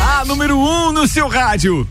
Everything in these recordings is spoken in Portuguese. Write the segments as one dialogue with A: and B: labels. A: A número 1 um no seu rádio.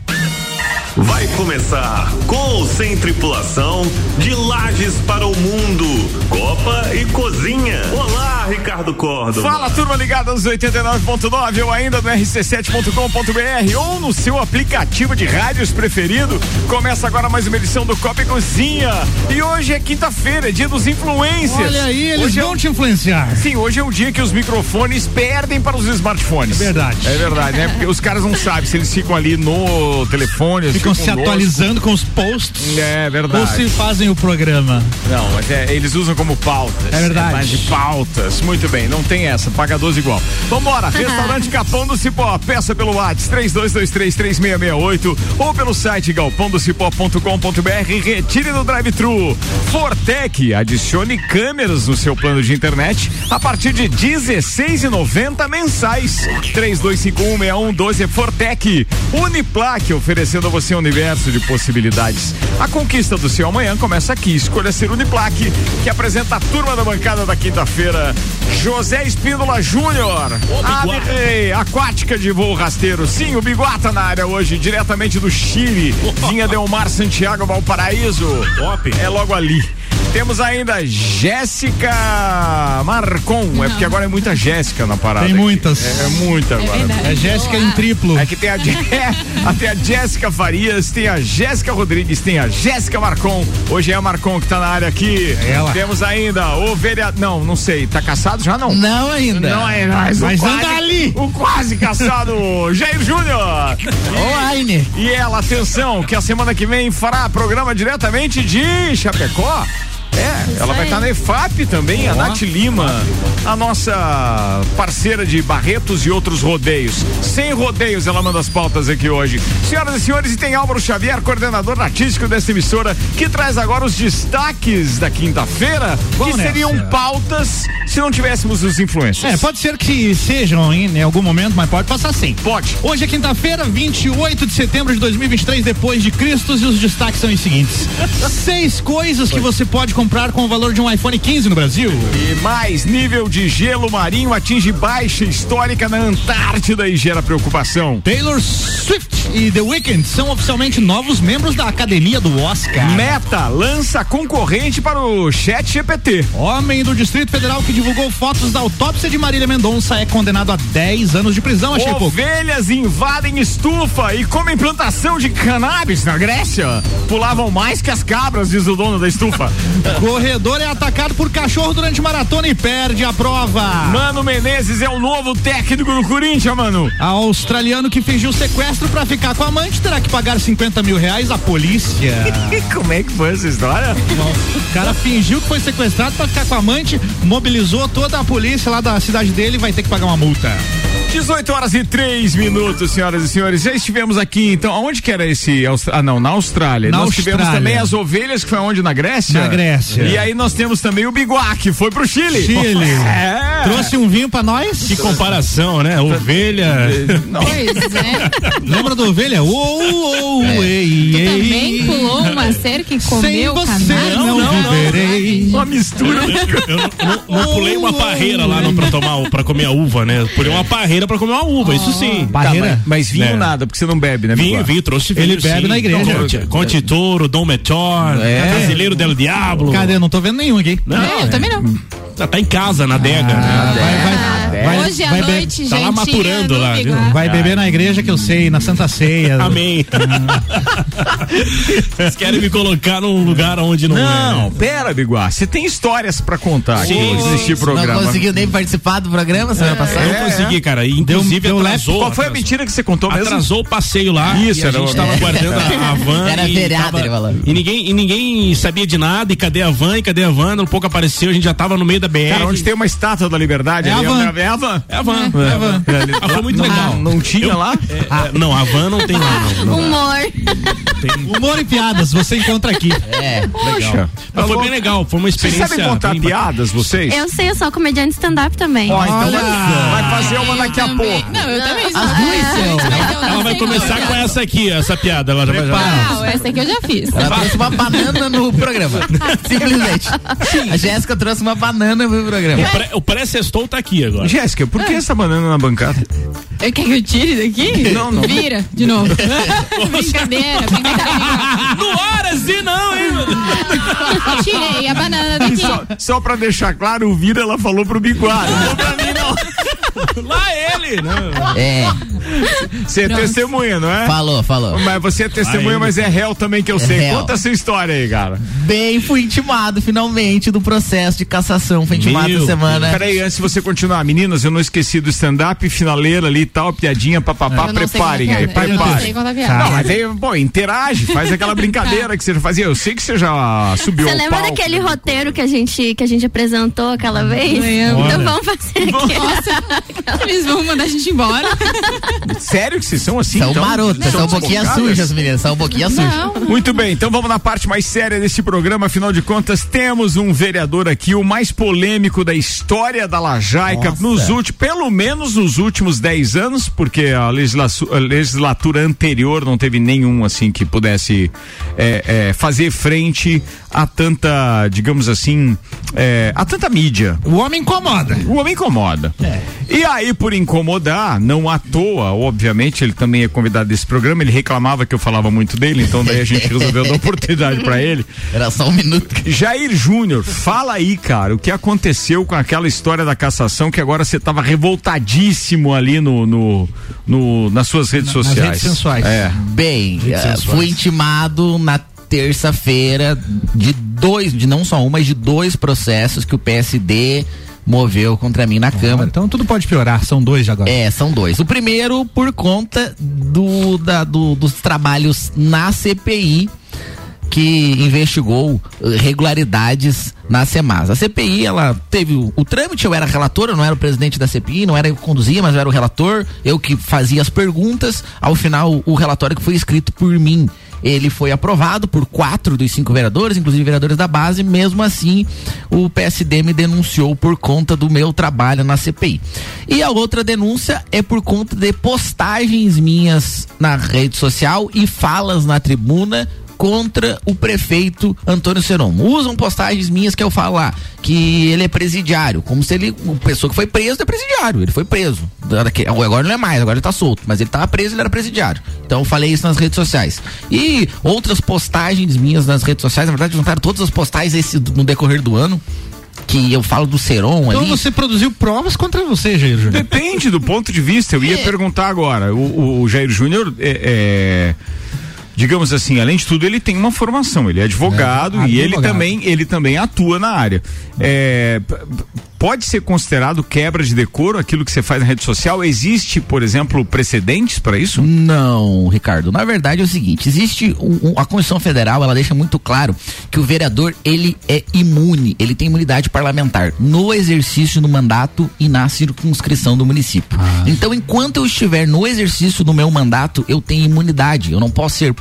B: Vai começar com ou sem tripulação de Lages para o Mundo, Copa e Cozinha. Olá, Ricardo Cordo.
A: Fala, turma ligada nos 89.9 ou ainda no rc7.com.br ou no seu aplicativo de rádios preferido. Começa agora mais uma edição do Copa e Cozinha. E hoje é quinta-feira, dia dos influencers.
C: Olha aí, eles
A: Hoje é
C: vão
A: um-
C: te influenciar.
A: Sim, hoje é o dia que os microfones perdem para os smartphones.
C: É verdade.
A: É verdade, né? Porque os caras não sabem se eles ficam ali no telefone, eles
C: Ficam se
A: no-
C: atualizando com os posts.
A: É
C: Ou
A: verdade.
C: se fazem o programa.
A: Não, mas é, eles usam como pautas.
C: É verdade.
A: mais de pautas. Muito bem, não tem essa. Paga 12 igual. Vambora, restaurante Capão do Cipó. Peça pelo WhatsApp 32233668 ou pelo site galpondocipó.com.br e retire no drive-thru. Fortec, adicione câmeras no seu plano de internet a partir de 16,90 mensais. 32516112 Fortec. Uniplaque oferecendo a você um universo de possibilidades. A conquista do seu amanhã começa aqui. Escolha ser Uniplaque, que apresenta a turma da bancada da quinta-feira. José Espíndola Júnior. Ave aquática de voo rasteiro. Sim, o Biguata na área hoje, diretamente do Chile. Vinha Delmar Santiago Valparaíso.
B: Top.
A: É logo ali. Temos ainda Jéssica Marcon. É porque agora é muita Jéssica na parada.
C: Tem
A: aqui.
C: muitas.
A: É, é muita agora.
C: É Jéssica em triplo.
A: É que tem a, Je- até a Jéssica Farias, tem a Jéssica Rodrigues, tem a Jéssica Marcon. Hoje é a Marcon que tá na área aqui.
C: É ela.
A: Temos ainda o vereador. Não, não sei. Tá caçado já não?
C: Não ainda.
A: Não é mais
C: Mas
A: o quase,
C: anda ali.
A: O quase caçado Jair Júnior.
C: Ô, Aine.
A: E ela, atenção, que a semana que vem fará programa diretamente de Chapecó. É, ela vai
D: aí.
A: estar na EFAP também, a Nath Lima, a nossa parceira de Barretos e outros rodeios. Sem rodeios, ela manda as pautas aqui hoje. Senhoras e senhores, e tem Álvaro Xavier, coordenador artístico desta emissora, que traz agora os destaques da quinta-feira, que
C: Vamos
A: seriam
C: nessa.
A: pautas se não tivéssemos os influencers.
C: É, pode ser que sejam em algum momento, mas pode passar sim.
A: Pode.
C: Hoje é quinta-feira, 28 de setembro de 2023, depois de Cristo, e os destaques são os seguintes: seis coisas que você pode comprar com o valor de um iPhone 15 no Brasil.
A: E mais, nível de gelo marinho atinge baixa histórica na Antártida e gera preocupação.
C: Taylor Swift e The Weeknd são oficialmente novos membros da Academia do Oscar.
A: Meta lança concorrente para o Chat GPT.
C: Homem do Distrito Federal que divulgou fotos da autópsia de Marília Mendonça é condenado a 10 anos de prisão, achei pouco.
A: Ovelhas invadem estufa e comem plantação de cannabis na Grécia. Pulavam mais que as cabras, diz o dono da estufa.
C: Corredor é atacado por cachorro durante maratona e perde a prova.
A: Mano Menezes é o novo técnico do Corinthians, mano.
C: A Australiano que fingiu sequestro pra ficar com a amante terá que pagar 50 mil reais à polícia.
A: Como é que foi essa história?
C: o cara fingiu que foi sequestrado pra ficar com a amante, mobilizou toda a polícia lá da cidade dele e vai ter que pagar uma multa.
A: 18 horas e 3 minutos, senhoras e senhores. Já estivemos aqui, então, aonde que era esse? Austra- Ah, não, na Austrália.
C: Na
A: nós tivemos
C: Austrália.
A: também as ovelhas, que foi onde? Na Grécia?
C: Na Grécia.
A: E aí nós temos também o biguá, que foi pro Chile.
C: Chile.
A: É.
C: Trouxe um vinho pra nós?
E: Que comparação, né? Ovelha.
A: Não,
D: Pois é.
C: Lembra da ovelha? Ou, ou, ei, ei.
D: Também pulou uma série que
C: Sem
D: comeu
C: você
D: canário.
C: não, viverei.
A: uma mistura.
E: Não, não pulei uma parreira lá não pra tomar, o- pra comer a uva, né? Pulei uma parreira pra comer uma uva, isso
A: Ah.
E: sim.
C: Barreira?
A: Tá, mas, mas vinho
E: É.
A: nada, porque você não bebe, né?
E: Vinho,
A: biguá?
E: vinho, trouxe vinho.
C: Ele bebe
E: sim.
C: na igreja.
E: Conte- Conte Touro, Dom Meteor,
A: É.
E: Brasileiro del Diablo.
C: Cadê? Eu Não tô vendo nenhum aqui.
D: É, eu também não. Ah,
E: Tá, tá em casa, na adega. né?
C: Vai,
F: Ah,
C: vai, vai,
D: Hoje à
C: vai be-
D: noite,
E: tá lá
D: gente.
E: maturando lá, viu?
C: vai beber na igreja que eu sei, na Santa Ceia.
E: Amém. Vocês querem me colocar num lugar onde não,
A: Não,
E: é.
A: pera, Biguá. Você tem histórias pra contar aqui
E: Sim.
A: nesse programa. né? É.
G: Não conseguiu nem participar do programa semana
E: é? Eu
G: passada.
E: não consegui, cara. Inclusive,
C: deu
E: atrasou.
A: Qual foi a
E: atrasou.
A: mentira que você contou mesmo?
E: Atrasou o passeio lá.
A: Isso,
E: e a
A: era
E: gente
A: o-
E: tava
A: é.
E: guardando a, a van.
G: Era
E: e
G: feriado,
E: tava-
G: ele falou.
E: E ninguém, e ninguém sabia de nada. E cadê a van? E cadê a van? Um pouco apareceu, a gente já tava no meio da BR.
A: Cara, onde tem uma estátua da liberdade
C: É a
A: ali,
C: van.
A: É a van.
E: É a van.
C: É, Evan.
E: Ah, foi muito legal.
A: Não, não tinha lá?
E: É, é, não, a van não tem lá, não. não.
D: Humor.
C: Humor e piadas, você encontra aqui.
G: É.
A: Poxa.
E: Mas foi bem legal, foi uma
A: Vocês
E: experiência.
A: sabem contar
E: bem bacana.
A: piadas, vocês?
F: Eu sei, eu sou comediante stand-up também.
A: Ó, então
C: Olha!
A: vai fazer uma daqui a
D: Também.
A: pouco.
D: Não, eu também sou. É, então
G: As duas são.
D: Mas eu
E: Ela vai
D: então.
E: começar com essa aqui, essa piada. Ela já vai já.
D: Não, essa aqui eu já fiz.
G: Ela trouxe uma banana no programa. Simplesmente. A Jéssica trouxe uma banana pro programa.
E: O pré- O pré-sextou tá aqui agora.
A: Jéssica, por
D: Ah.
A: que essa banana na bancada?
D: Quer que eu tire daqui?
A: Não, não.
D: Vira, de novo. brincadeira, brincadeira.
E: No ar assim não, hein? meu Deus?
D: Tirei a banana daqui.
A: Só, só pra deixar claro, o Vira ela falou pro Biguara. Não pra mim, não.
E: Lá ele. Não.
G: É,
A: Você é testemunha, não é?
G: falou, falou.
A: Mas você é testemunha,
E: Ainda.
A: mas é réu também que eu sei.
G: réu.
A: Conta essa história aí, cara.
G: Bem, fui intimado finalmente do processo de cassação. Fui intimado
E: Meu
G: essa
D: né?
G: semana.
A: Peraí, antes de você continuar, meninas, eu não esqueci do stand-up, finaleira ali e tal, piadinha, papapá,
D: Eu não sei
A: preparem
D: contar
A: aí,
D: piada. é. Eu não sei
A: preparem.
D: contar piada. Tá.
A: Não, mas aí, pô, interage, faz aquela brincadeira que você já fazia. Eu sei que você já subiu
F: Você
A: ao
F: lembra
A: palco.
F: daquele
E: né?
F: roteiro que a gente, que a gente apresentou aquela vez?
D: Lembro.
F: Então vamos fazer aqui.
D: Eles vão mandar a gente embora.
A: Sério que vocês são assim?
G: São
A: então?
G: marotas, são um pouquinho
A: desbocadas?
G: sujas, meninas. São um pouquinho sujas.
D: Não.
A: Muito bem, então vamos na parte mais séria deste programa. Afinal de contas, temos um vereador aqui, o mais polêmico da história da Lajaica,
G: Nossa.
A: nos últimos, pelo menos nos últimos 10 anos, porque a, legisla- a legislatura anterior não teve nenhum assim que pudesse é, é, fazer frente a tanta, digamos assim, é, a tanta mídia.
C: O homem incomoda.
A: O homem incomoda. E aí, por incomodar, não à toa, obviamente, ele também é convidado desse programa, ele reclamava que eu falava muito dele, então daí a gente resolveu dar oportunidade pra ele.
G: Era só um minuto.
A: Jair Júnior, fala aí, cara, o que aconteceu com aquela história da cassação que agora você tava revoltadíssimo ali no, no, no- nas suas redes sociais.
C: redes sensuais.
A: É.
G: Bem, eh, fui intimado na terça-feira de dois, de não só um, mas de dois processos que o PSD moveu contra mim na Câmara.
C: Então tudo pode piorar, são dois agora.
G: É, são dois. O primeiro por conta do, da- do- dos trabalhos na CPI que investigou eh, irregularidades na Semasa. A CPI, ela teve o, o trâmite, eu era relator, eu não era o presidente da CPI, não era eu que conduzia, mas eu era o relator, eu que fazia as perguntas. Ao final, o relatório que foi escrito por mim, ele foi aprovado por quatro dos cinco vereadores, inclusive vereadores da base, mesmo assim o PSD me denunciou por conta do meu trabalho na CPI. E a outra denúncia é por conta de postagens minhas na rede social e falas na tribuna contra o prefeito Antônio Seron. Usam postagens minhas que eu falo lá, que ele é presidiário, como se ele, uma pessoa que foi preso é presidiário, ele foi preso. Daqui- Agora não é mais, agora ele tá solto, mas ele tava preso, ele era presidiário. Então eu falei isso nas redes sociais. E outras postagens minhas nas redes sociais, na verdade juntaram todas as postagens esse, no decorrer do ano, que eu falo do Seron
C: Então
G: ali.
C: você produziu provas contra você, Jair Júnior.
A: Depende do ponto de vista. Eu ia
G: É.
A: perguntar agora. O, o- o Jair Júnior é, é, Digamos assim, além de tudo, ele tem uma formação, ele é advogado
C: É,
A: e ele
C: advogado.
A: também, ele também atua na área. É, p- p- pode ser considerado quebra de decoro aquilo que você faz na rede social? Existe, por exemplo, precedentes para isso?
G: Não, Ricardo. Na verdade é o seguinte, existe um- um- a Constituição Federal, ela deixa muito claro que o vereador, ele é imune, ele tem imunidade parlamentar no exercício do mandato e na circunscrição do município. Então, enquanto eu estiver no exercício do meu mandato, eu tenho imunidade, eu não posso ser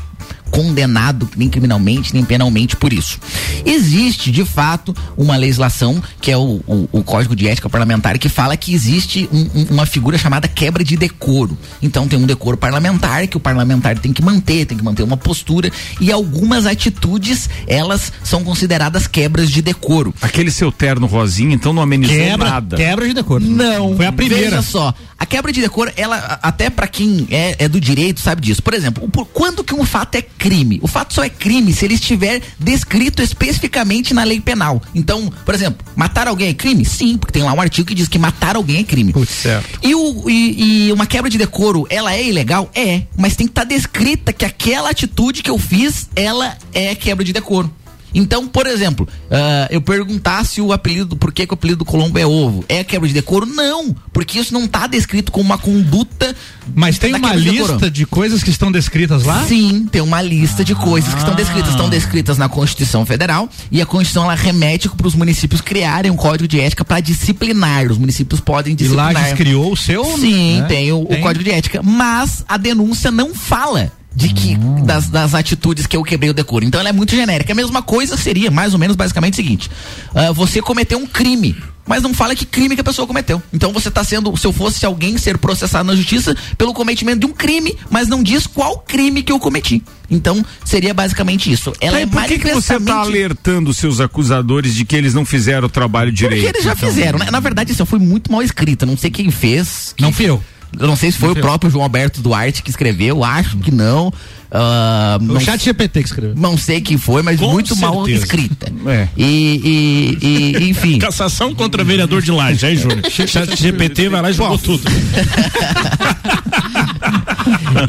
G: condenado nem criminalmente nem penalmente por isso. Existe, de fato, uma legislação que é o, o- o Código de Ética Parlamentar que fala que existe um- um- uma figura chamada quebra de decoro. Então tem um decoro parlamentar que o parlamentar tem que manter, tem que manter uma postura e algumas atitudes elas são consideradas quebras de decoro.
A: Aquele seu terno rosinha, então não amenizou
C: Quebra,
A: nada.
C: quebra de decoro.
G: Não.
C: Foi a primeira.
G: Veja só, a quebra de decoro, ela a- até pra quem é, é do direito sabe disso. Por exemplo, o por- quando que um fato é crime? O fato só é crime se ele estiver descrito especificamente na lei penal. Então, por exemplo, matar alguém é crime? Sim, porque tem lá um artigo que diz que matar alguém é crime.
C: Putz, certo.
G: E, o- e- e uma quebra de decoro, ela é ilegal? É, mas tem que estar descrita que aquela atitude que eu fiz, ela é quebra de decoro. Então, por exemplo, ah, eu perguntar se o apelido, por que, que o apelido do Colombo é ovo? É quebra de decoro? Não, porque isso não está descrito como uma conduta.
C: Mas tem
G: da
C: uma
G: quebra de decoro.
C: lista de coisas que estão descritas lá? Ah.
G: Sim, tem uma lista de coisas que estão descritas. Estão descritas na Constituição Federal e a Constituição ela remete para os municípios criarem um código de ética para disciplinar. Os municípios podem
C: E
G: disciplinar.
C: Lages criou o seu?
G: Sim,
C: né?
G: tem o, o
C: Tem?
G: código de ética. Mas a denúncia não fala de que
A: Hum.
G: das, das atitudes que eu quebrei o decoro. Então ela é muito genérica. A mesma coisa seria, mais ou menos, basicamente o seguinte: ah, você cometeu um crime, mas não fala que crime que a pessoa cometeu. Então você está sendo, se eu fosse alguém ser processado na justiça pelo cometimento de um crime, mas não diz qual crime que eu cometi. Então seria basicamente isso. Ela é
A: Mas por que, que você tá
G: manifestamente-
A: alertando seus acusadores de que eles não fizeram o trabalho direito?
G: porque eles já
A: então?
G: fizeram, né? Na verdade, assim, foi muito mal escrita. Não sei quem fez.
C: Não fui eu.
G: Eu não sei se foi o próprio João Alberto Duarte que escreveu, acho que não. Ah,
C: O
G: não,
C: chat GPT que escreveu.
G: não sei quem foi, mas
E: Com
G: muito mal
E: certeza.
G: escrita.
A: É.
G: E, e- e, enfim.
E: Cassação contra vereador de laje, hein, Júnior? Chat GPT vai lá e jogou tudo.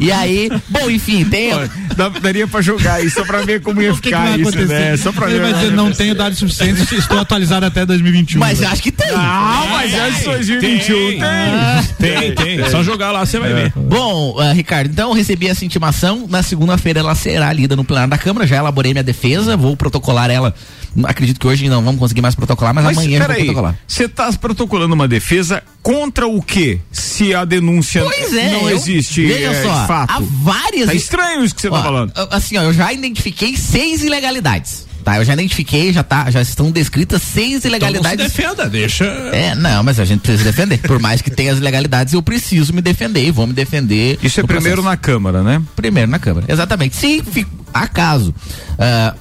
G: e aí, bom, enfim, tem.
A: Dá- Daria pra jogar aí, só pra ver como ia
C: O que, que
A: ficar
C: vai
A: isso,
C: acontecer?
A: né? Só pra
C: Ele
A: ver.
C: vai dizer, não tenho dados suficientes, estou atualizado até 2021.
G: Mas eu acho que tem.
A: Ah, mas é de 2021 tem.
E: Tem, tem.
C: É
E: Só jogar lá, você vai
A: É.
E: ver.
G: Bom, ah, Ricardo, então eu recebi essa intimação. Na segunda-feira ela será lida no plenário da Câmara. Já elaborei minha defesa, vou protocolar ela. Acredito que hoje não vamos conseguir mais protocolar, mas,
A: Mas
G: amanhã eu vou
A: peraí,
G: protocolar.
A: você tá protocolando uma defesa contra o quê? Se a denúncia
G: Pois é,
A: não
G: eu-
A: existe
G: Veja
A: é,
G: só, há
A: fato.
G: várias.
A: Tá estranho isso que você
G: Ó,
A: tá falando.
G: eu- Assim, ó, eu já identifiquei seis ilegalidades. Tá, eu já identifiquei, já, tá, já estão descritas seis
E: Então não se
G: ilegalidades.
E: defenda, deixa.
G: é, não, mas a gente precisa se defender. Por mais que tenha as ilegalidades, eu preciso me defender e vou me defender.
A: Isso é
G: no
A: primeiro na Câmara, né?
G: primeiro na Câmara. Exatamente. Se fi- acaso ah,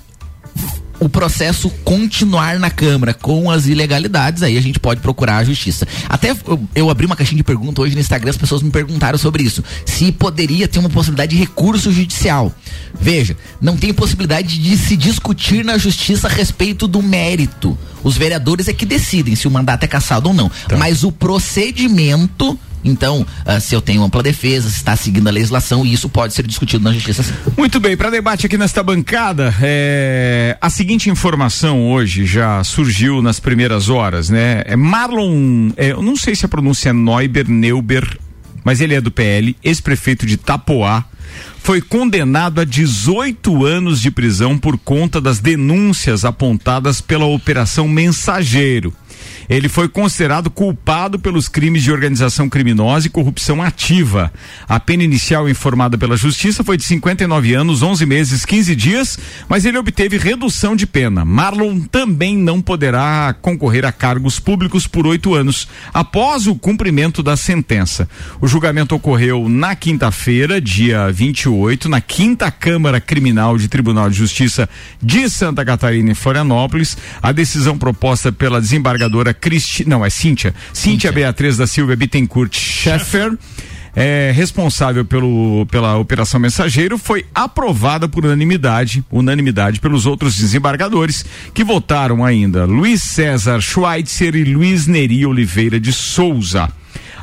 G: o processo continuar na Câmara com as ilegalidades, aí a gente pode procurar a justiça. Até eu, eu abri uma caixinha de pergunta hoje no Instagram, as pessoas me perguntaram sobre isso. Se poderia ter uma possibilidade de recurso judicial. Veja, não tem possibilidade de se discutir na justiça a respeito do mérito. Os vereadores é que decidem se o mandato é cassado ou não. Mas o procedimento então, ah, se eu tenho ampla defesa, se está seguindo a legislação, e isso pode ser discutido na justiça. sim.
A: Muito bem, para debate aqui nesta bancada, é, a seguinte informação hoje já surgiu nas primeiras horas, né? É Marlon, é, eu não sei se a pronúncia é Neuber, Neuber, mas ele é do PL, ex-prefeito de Tapoá, foi condenado a 18 anos de prisão por conta das denúncias apontadas pela Operação Mensageiro. Ele foi considerado culpado pelos crimes de organização criminosa e corrupção ativa. A pena inicial informada pela justiça foi de 59 anos, 11 meses, 15 dias, mas ele obteve redução de pena. Marlon também não poderá concorrer a cargos públicos por oito anos após o cumprimento da sentença. O julgamento ocorreu na quinta-feira, dia 28, na Quinta Câmara Criminal de Tribunal de Justiça de Santa Catarina em Florianópolis. A decisão proposta pela desembargadora Cristi, não, é Cíntia, Cíntia Beatriz da Silva Bittencourt Schaeffer, é, responsável pelo, pela Operação Mensageiro, foi aprovada por unanimidade, unanimidade pelos outros desembargadores, que votaram ainda Luiz César Schweitzer e Luiz Neri Oliveira de Souza.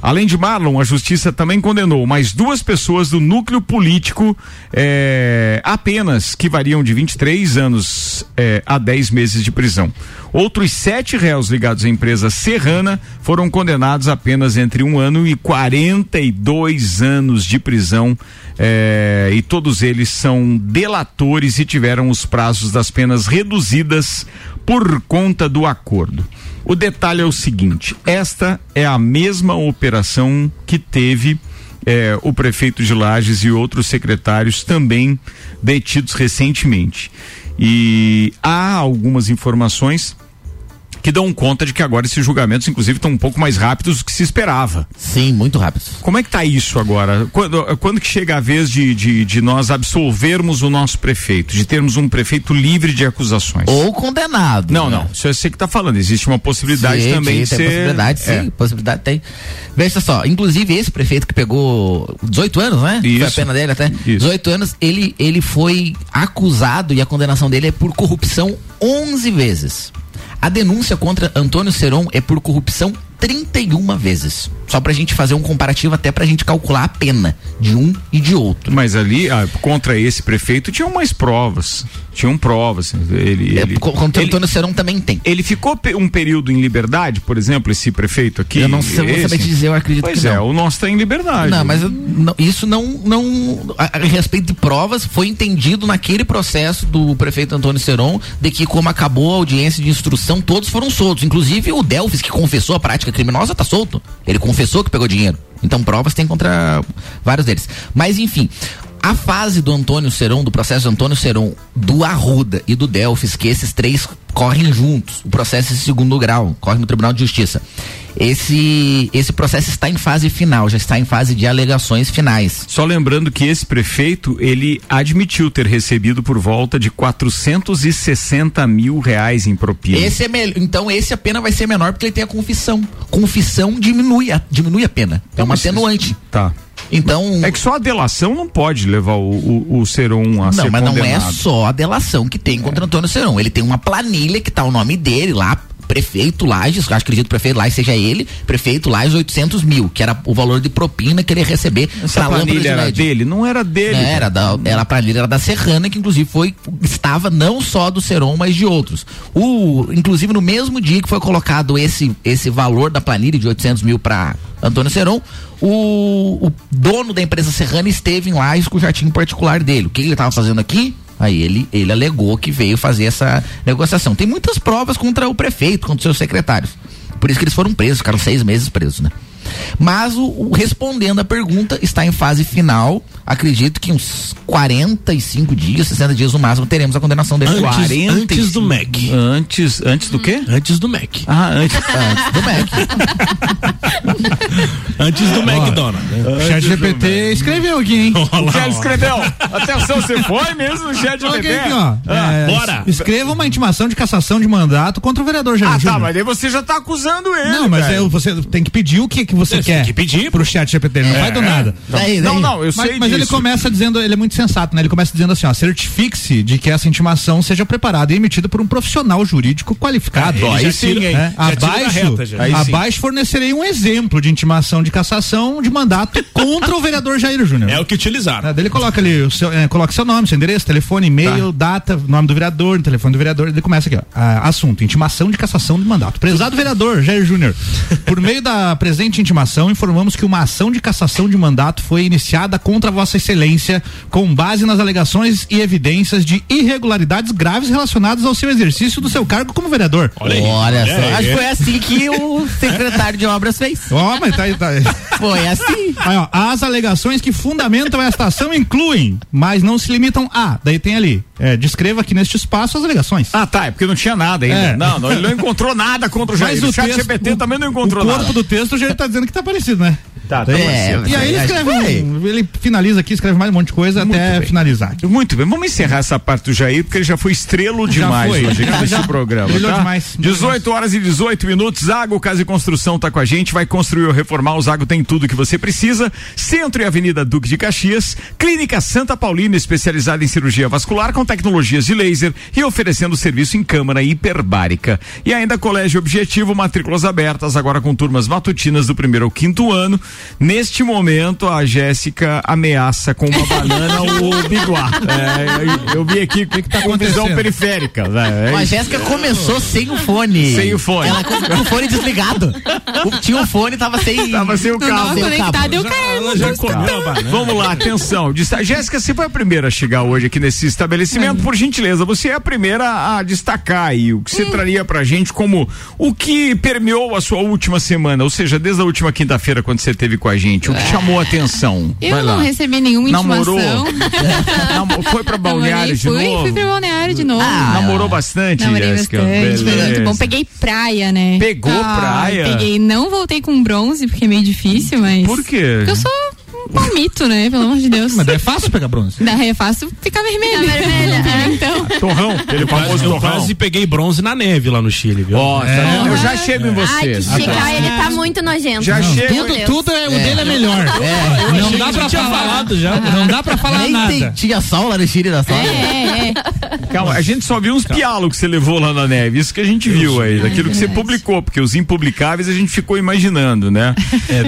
A: Além de Marlon, a justiça também condenou mais duas pessoas do núcleo político eh, apenas, que variam de 23 anos eh, a 10 meses de prisão. Outros sete réus ligados à empresa Serrana foram condenados apenas entre um ano e 42 anos de prisão. eh, e todos eles são delatores e tiveram os prazos das penas reduzidas por conta do acordo. O detalhe é o seguinte: esta é a mesma operação que teve eh, o prefeito de Lages e outros secretários também detidos recentemente. E há algumas informações que dão conta de que agora esses julgamentos, inclusive, estão um pouco mais rápidos do que se esperava.
G: Sim, muito rápido.
A: Como é que tá isso agora? Quando, quando que chega a vez de, de, de nós absolvermos o nosso prefeito, de termos um prefeito livre de acusações?
G: Ou condenado.
A: Não,
G: né?
A: não. Isso é você que está falando. Existe uma possibilidade
G: Sim,
A: também
G: sim,
A: de ser.
G: Tem possibilidade, sim,
A: É.
G: possibilidade tem. Veja só, inclusive esse prefeito que pegou 18 anos, né? Foi a
A: Isso.
G: pena dele até.
A: Isso.
G: 18 anos, ele, ele foi acusado e a condenação dele é por corrupção 11 vezes. A denúncia contra Antônio Seron é por corrupção 31 vezes. Só pra gente fazer um comparativo, até pra gente calcular a pena de um e de outro.
A: Mas ali, ah, contra esse prefeito, tinham mais provas. Tinham provas. assim, Ele,
G: É,
A: ele,
G: co- contra
A: ele,
G: Antônio Seron também tem.
A: ele ficou pe- um período em liberdade, por exemplo, esse prefeito aqui?
G: eu não sei, eu vou
A: esse?
G: saber te dizer, eu acredito
A: Pois
G: que
A: é,
G: não.
A: o nosso está em liberdade.
G: Não, mas eu- não- isso não, não a, a respeito de provas foi entendido naquele processo do prefeito Antônio Seron de que como acabou a audiência de instrução todos foram soltos, inclusive o Delfis que confessou a prática criminosa tá solto. Ele confessou que pegou dinheiro. Então provas tem contra vários deles. Mas enfim, A fase do Antônio Seron, do processo do Antônio Seron, do Arruda e do Delfis, que esses três correm juntos, o processo é segundo grau, corre no Tribunal de Justiça. Esse, esse processo está em fase final, já está em fase de alegações finais.
A: Só lembrando que esse prefeito, ele admitiu ter recebido por volta de 460 mil reais em propina.
G: Esse é mel- então esse a pena vai ser menor porque ele tem a confissão. Confissão diminui a, diminui a pena.
A: Então,
G: É uma atenuante.
A: Tá.
G: Então.
A: É que só a delação não pode levar o, o, o Seron a
G: não,
A: ser
G: mas não é
A: tá condenado. É.
G: só a delação que tem contra Antônio Serão. Ele tem uma planilha que tá o nome dele lá, prefeito Lages, acho que acredito que o prefeito Lages seja ele, prefeito Lages 800 mil, que era o valor de propina que ele ia receber
A: Essa
G: pra lâmpada de
A: planilha era
G: LED.
A: dele? Não era dele.
G: Não, Né,
C: Né?
G: era, da, era a planilha era da Serrana, que inclusive foi, estava não só do Seron, mas de outros. O, inclusive, no mesmo dia que foi colocado esse, esse valor da planilha de 800 mil para Antônio Seron, o, o dono da empresa Serrana esteve em Lages com o jatinho particular dele. O que ele estava fazendo aqui? Aí ele, ele alegou que veio fazer essa negociação. Tem muitas provas contra o prefeito, contra os seus secretários. Por isso que eles foram presos, ficaram seis meses presos, né? Mas o, o- respondendo a pergunta, está em fase final. Acredito que uns 45 dias, 60 dias no máximo, teremos a condenação dele.
E: Antes,
A: 45.
E: antes do Mac.
A: Antes, antes do quê?
E: Antes do Mac.
A: Ah, antes.
G: Antes do MEC.
E: Antes do McDonald's.
C: O chat
A: né?
C: GPT escreveu aqui, hein?
A: O
E: Olha
A: Jair
E: lá, ó.
A: escreveu. Atenção, você foi mesmo no chat de
C: Coloquei
A: bebê?
C: aqui, ó.
E: Ah,
C: É,
E: bora.
C: es- Escreva uma intimação de cassação de mandato contra o vereador Jair
A: Ah, tá,
C: Júnior.
A: mas aí você já tá acusando ele.
C: Não, mas
A: velho.
C: é, você tem que pedir o que, que você
E: Você
C: quer.
E: tem que pedir,
C: pro chat GPT, não vai do nada.
G: Daí,
A: Não,
G: daí.
A: não, eu
C: mas,
A: sei
C: mas ele
A: disso.
C: começa dizendo, ele é muito sensato, né? Ele começa dizendo assim, ó, certifique-se de que essa intimação seja preparada e emitida por um profissional jurídico qualificado.
E: Ele
A: aí
E: já
A: sim,
E: tira-
A: hein?
C: É,
E: já tira da
C: abaixo,
E: reta, já.
A: Aí sim.
C: abaixo fornecerei um exemplo de intimação de cassação de mandato contra o vereador Jair Júnior.
E: É o que
C: Ah,
E: utilizaram.
C: daí ele coloca ali, o seu, eh, coloca seu nome, seu endereço, telefone, e-mail, data, nome do vereador, telefone do vereador. Ele começa aqui, ó. Ah, assunto: intimação de cassação do mandato. Prezado vereador Jair Júnior, por meio da presente intimação, informamos que uma ação de cassação de mandato foi iniciada contra Vossa Excelência com base nas alegações e evidências de irregularidades graves relacionadas ao seu exercício do seu cargo como vereador.
E: Olha aí.
G: Olha
E: Olha
G: só.
E: aí.
G: Acho que foi assim que o secretário de obras fez.
C: Ó, mas tá aí, tá aí.
G: Foi assim.
C: Aí, ó, as alegações que fundamentam esta ação incluem, mas não se limitam a. Daí tem ali. é, descreva aqui neste espaço as alegações.
A: Ah, tá, é porque não tinha nada ainda.
C: É.
A: Não, não, ele não encontrou nada contra o Jair.
C: Mas
A: o,
C: o
A: chat
C: texto-
A: GPT
C: o-
A: também não encontrou
C: o corpo
A: nada.
C: do texto já tá dizendo que tá parecido, né?
A: Tá, tá
G: É,
A: bom,
C: E aí ele
G: acho que
C: escreve.
G: foi.
C: um- ele finaliza aqui, escreve mais um monte de coisa até
A: bem.
C: finalizar.
A: Muito bem, vamos encerrar essa parte do Jair, porque ele já foi estrelo demais
C: foi,
A: hoje
C: já,
A: nesse
C: já.
A: programa.
C: Brilhou
A: tá?
C: demais.
A: 18 horas e 18 minutos. Zago Casa e Construção tá com a gente, vai construir ou reformar. O Zago tem tudo que você precisa. Centro e Avenida Duque de Caxias. Clínica Santa Paulina, especializada em cirurgia vascular com tecnologias de laser e oferecendo serviço em câmara hiperbárica. E ainda Colégio Objetivo, matrículas abertas, agora com turmas matutinas do primeiro ao quinto ano. Neste momento, a Jéssica ameaça com uma banana o biguá. É, eu, eu vi aqui o que, que tá com visão
C: acontecendo?
A: periférica. né? É
G: A
A: isso.
G: Jéssica começou sem o fone.
A: Sem o fone.
G: Ela com, com o fone desligado. O, tinha o fone, tava sem.
A: Tava sem o cabo.
D: Nossa, conectado eu caí.
E: Ela já comeu a banana.
A: Vamos lá, atenção. Desta- Jéssica, você foi a primeira a chegar hoje aqui nesse estabelecimento, por gentileza. Você é a primeira a destacar aí o que você traria pra gente como o que permeou a sua última semana, ou seja, desde a última quinta-feira quando você teve com a gente, o que chamou a atenção.
D: É. Eu não recebi nenhuma
A: Namorou.
D: intimação.
A: Namo- Foi pra
D: Namorei,
A: Balneário de
D: fui,
A: novo?
D: fui pro balneário de novo.
G: Ah,
A: Namorou bastante,
D: Namorei
A: Jéssica.
D: bastante, foi muito
A: Beleza.
D: bom. Peguei praia, né?
A: Pegou praia?
D: Peguei, não voltei com bronze, porque é meio difícil, mas.
A: Por quê?
D: Porque eu sou um palmito, né? Pelo amor de Deus.
C: Mas daí é fácil pegar bronze.
D: Daí é fácil ficar
F: Tá
D: vermelha. então.
A: Torrão, aquele famoso
E: Eu
A: torrão.
E: quase peguei bronze na neve lá no Chile, viu?
A: então.
E: É,
A: Ó, tá vendo? Eu já chego em
F: Ai,
A: você.
F: que chegar, ele tá muito nojento.
A: Já
F: Meu
A: chego.
F: Deus.
C: Tudo, tudo é, o dele é melhor. Não dá pra
E: tinha
C: falar.
E: falado já.
C: Não dá pra falar
G: Nem
C: nada.
G: tem- tinha sol lá no Chile da sala.
D: É, é.
A: Calma, a gente só viu uns pialos que você levou lá na neve, isso que a gente viu aí, daquilo que você publicou, porque os impublicáveis a gente ficou imaginando, né?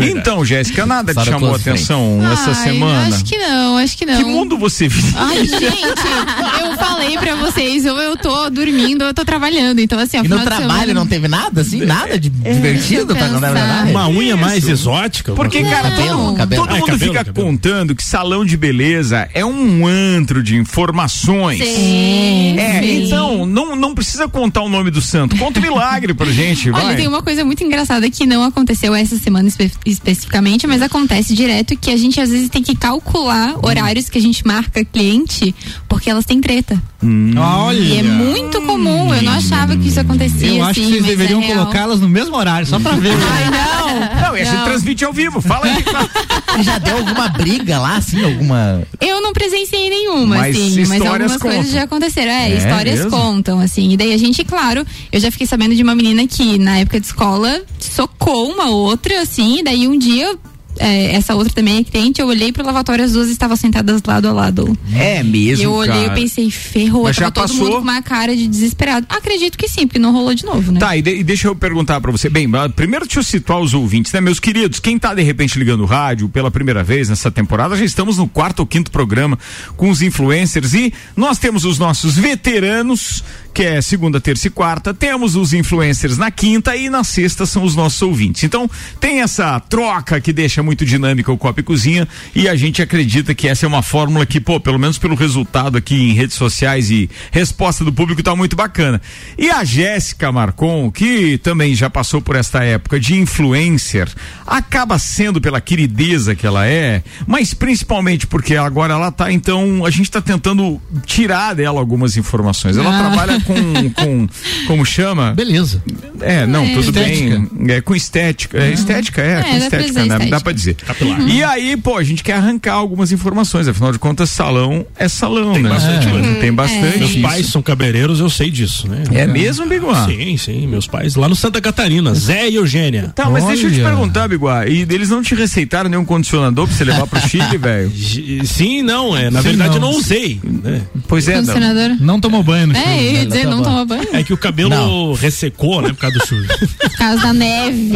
A: então, Jéssica, nada te
G: Sarah
A: chamou a
G: Close
A: atenção essa
D: Ai,
A: semana?
D: Acho que não, acho que não.
A: Que mundo é você vive?
D: Ai, gente, eu falei pra vocês, ou eu tô dormindo, ou eu tô trabalhando. Então, assim, ó,
G: E no
D: final de
G: trabalho
D: semana- É,
G: não teve
C: É.
G: nada, assim? Nada de divertido pra contar
D: cansada.
G: nada?
E: Uma unha mais
D: Ah,
E: exótica.
A: Porque,
E: uma-
A: cara,
G: Cabelo,
A: todo,
G: cabelo.
A: todo
E: Ah, é
A: mundo
E: cabelo,
A: fica
E: cabelo.
A: contando que salão de beleza é um antro de informações.
F: Sim.
A: É,
D: Sim.
A: então, não, não precisa contar o nome do santo. Conta o milagre pra gente, vai.
D: Olha, tem uma coisa muito engraçada que não aconteceu essa semana espe- especificamente, mas acontece direto que a gente às vezes tem que calcular horários que a gente marca cliente, porque elas têm treta.
C: Hum, Olha.
D: E é muito comum, eu não achava que isso acontecia.
C: Eu acho que
D: assim,
C: vocês
D: mas é
C: deveriam
D: real.
C: colocá-las no mesmo horário, só pra ver.
D: Ai, não!
A: Não, ia se
D: Não.
A: transmite ao vivo. Fala aí.
G: Já deu alguma briga lá, assim, alguma.
D: Eu não presenciei nenhuma,
A: Mas
D: assim, mas
A: histórias
D: algumas
A: contam.
D: coisas já aconteceram. É,
G: É
D: histórias
G: mesmo?
D: contam, assim. E daí a gente, claro, eu já fiquei sabendo de uma menina que na época de escola socou uma outra, assim, e daí um dia. é, essa outra também é cliente, eu olhei pro lavatório, as duas estavam sentadas lado a lado.
G: É
D: E
G: mesmo.
D: eu olhei e pensei, ferrou,
A: Mas já
D: tava todo
A: passou?
D: mundo com uma cara de desesperado. Acredito que sim, porque não rolou de novo, né?
A: Tá, e, de- e deixa eu perguntar pra você. Bem, mas primeiro deixa eu situar os ouvintes, né, meus queridos? Quem tá de repente ligando o rádio pela primeira vez nessa temporada, já estamos no quarto ou quinto programa com os influencers e nós temos os nossos veteranos, que é segunda, terça e quarta, temos os influencers na quinta e na sexta são os nossos ouvintes. Então, tem essa troca que deixa muito dinâmica o Copa e Cozinha e a gente acredita que essa é uma fórmula que, pô, pelo menos pelo resultado aqui em redes sociais e resposta do público tá muito bacana. E a Jéssica Marcon, que também já passou por esta época de influencer, acaba sendo pela querideza que ela é, mas principalmente porque agora ela tá, então, a gente tá tentando tirar dela algumas informações. Ela trabalha com, com, como chama?
C: Beleza.
A: É, não,
D: É.
A: tudo
C: Estética.
A: bem. É com estética. É, estética, é,
D: É,
A: com
D: dá pra
A: estética,
D: dizer
A: né? Dá
D: estética.
A: pra dizer.
E: Capilar.
A: E aí, pô, a gente quer arrancar algumas informações. Afinal de contas, salão é salão, né?
E: bastante, mano.
D: Uhum.
A: Tem
D: É.
A: bastante.
E: Meus
A: isso.
E: pais são cabeleireiros, eu sei disso, né?
A: É mesmo, Biguá?
E: Sim, sim, meus pais. Lá no Santa Catarina, Zé e Eugênia.
A: Tá, mas deixa eu te
C: Olha.
A: perguntar, Biguá. E eles não te receitaram nenhum condicionador pra você levar pro Chile, velho?
E: G- Sim, não, é. Na
C: Sim,
E: verdade,
C: não.
E: eu não usei. né?
A: Pois é, não.
D: Condicionador.
C: Não tomou banho no
D: um
C: né? Tá
D: É, eu ia dizer, não toma banho.
E: É que o cabelo
G: Não.
E: ressecou, né? Por causa do chuveiro.
D: Por causa da neve.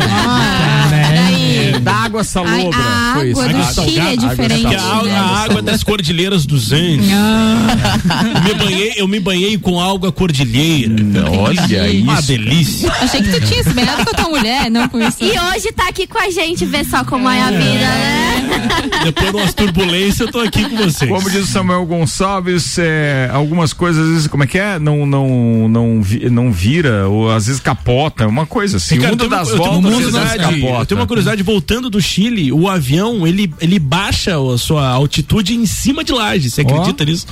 C: Ah, né?
D: Daí,
A: É Da água
D: Ai,
A: salobra.
D: a
A: foi isso.
D: água
E: Água
D: do Chile é
E: salgada,
D: diferente.
A: Tá
E: Porque a, água-
D: né?
E: a água das cordilheiras dos Andes.
C: Ah.
E: Eu me banhei, eu me banhei com alga cordilheira.
A: Olha
E: Uma
A: isso.
E: delícia.
D: Achei que tu tinha se banhado com a tua mulher, não com isso.
F: E hoje tá aqui com a gente, vê só como é a vida, né?
E: Depois de umas turbulências, eu tô aqui com vocês.
A: Como diz o Samuel Gonçalves, é, algumas coisas, às vezes, como é que é? Não, não, não, vi- não vira, ou às vezes capota, uma coisa assim.
E: Cara,
A: o
E: eu
A: mundo
E: tenho uma-
A: das
E: um eu tenho uma
A: voltas, às vezes,
E: curiosidade,
A: capota.
E: eu tenho uma curiosidade, voltando do Chile, o avião, ele, ele baixa a sua altitude em cima de Lages, você
C: Ó.
E: acredita nisso?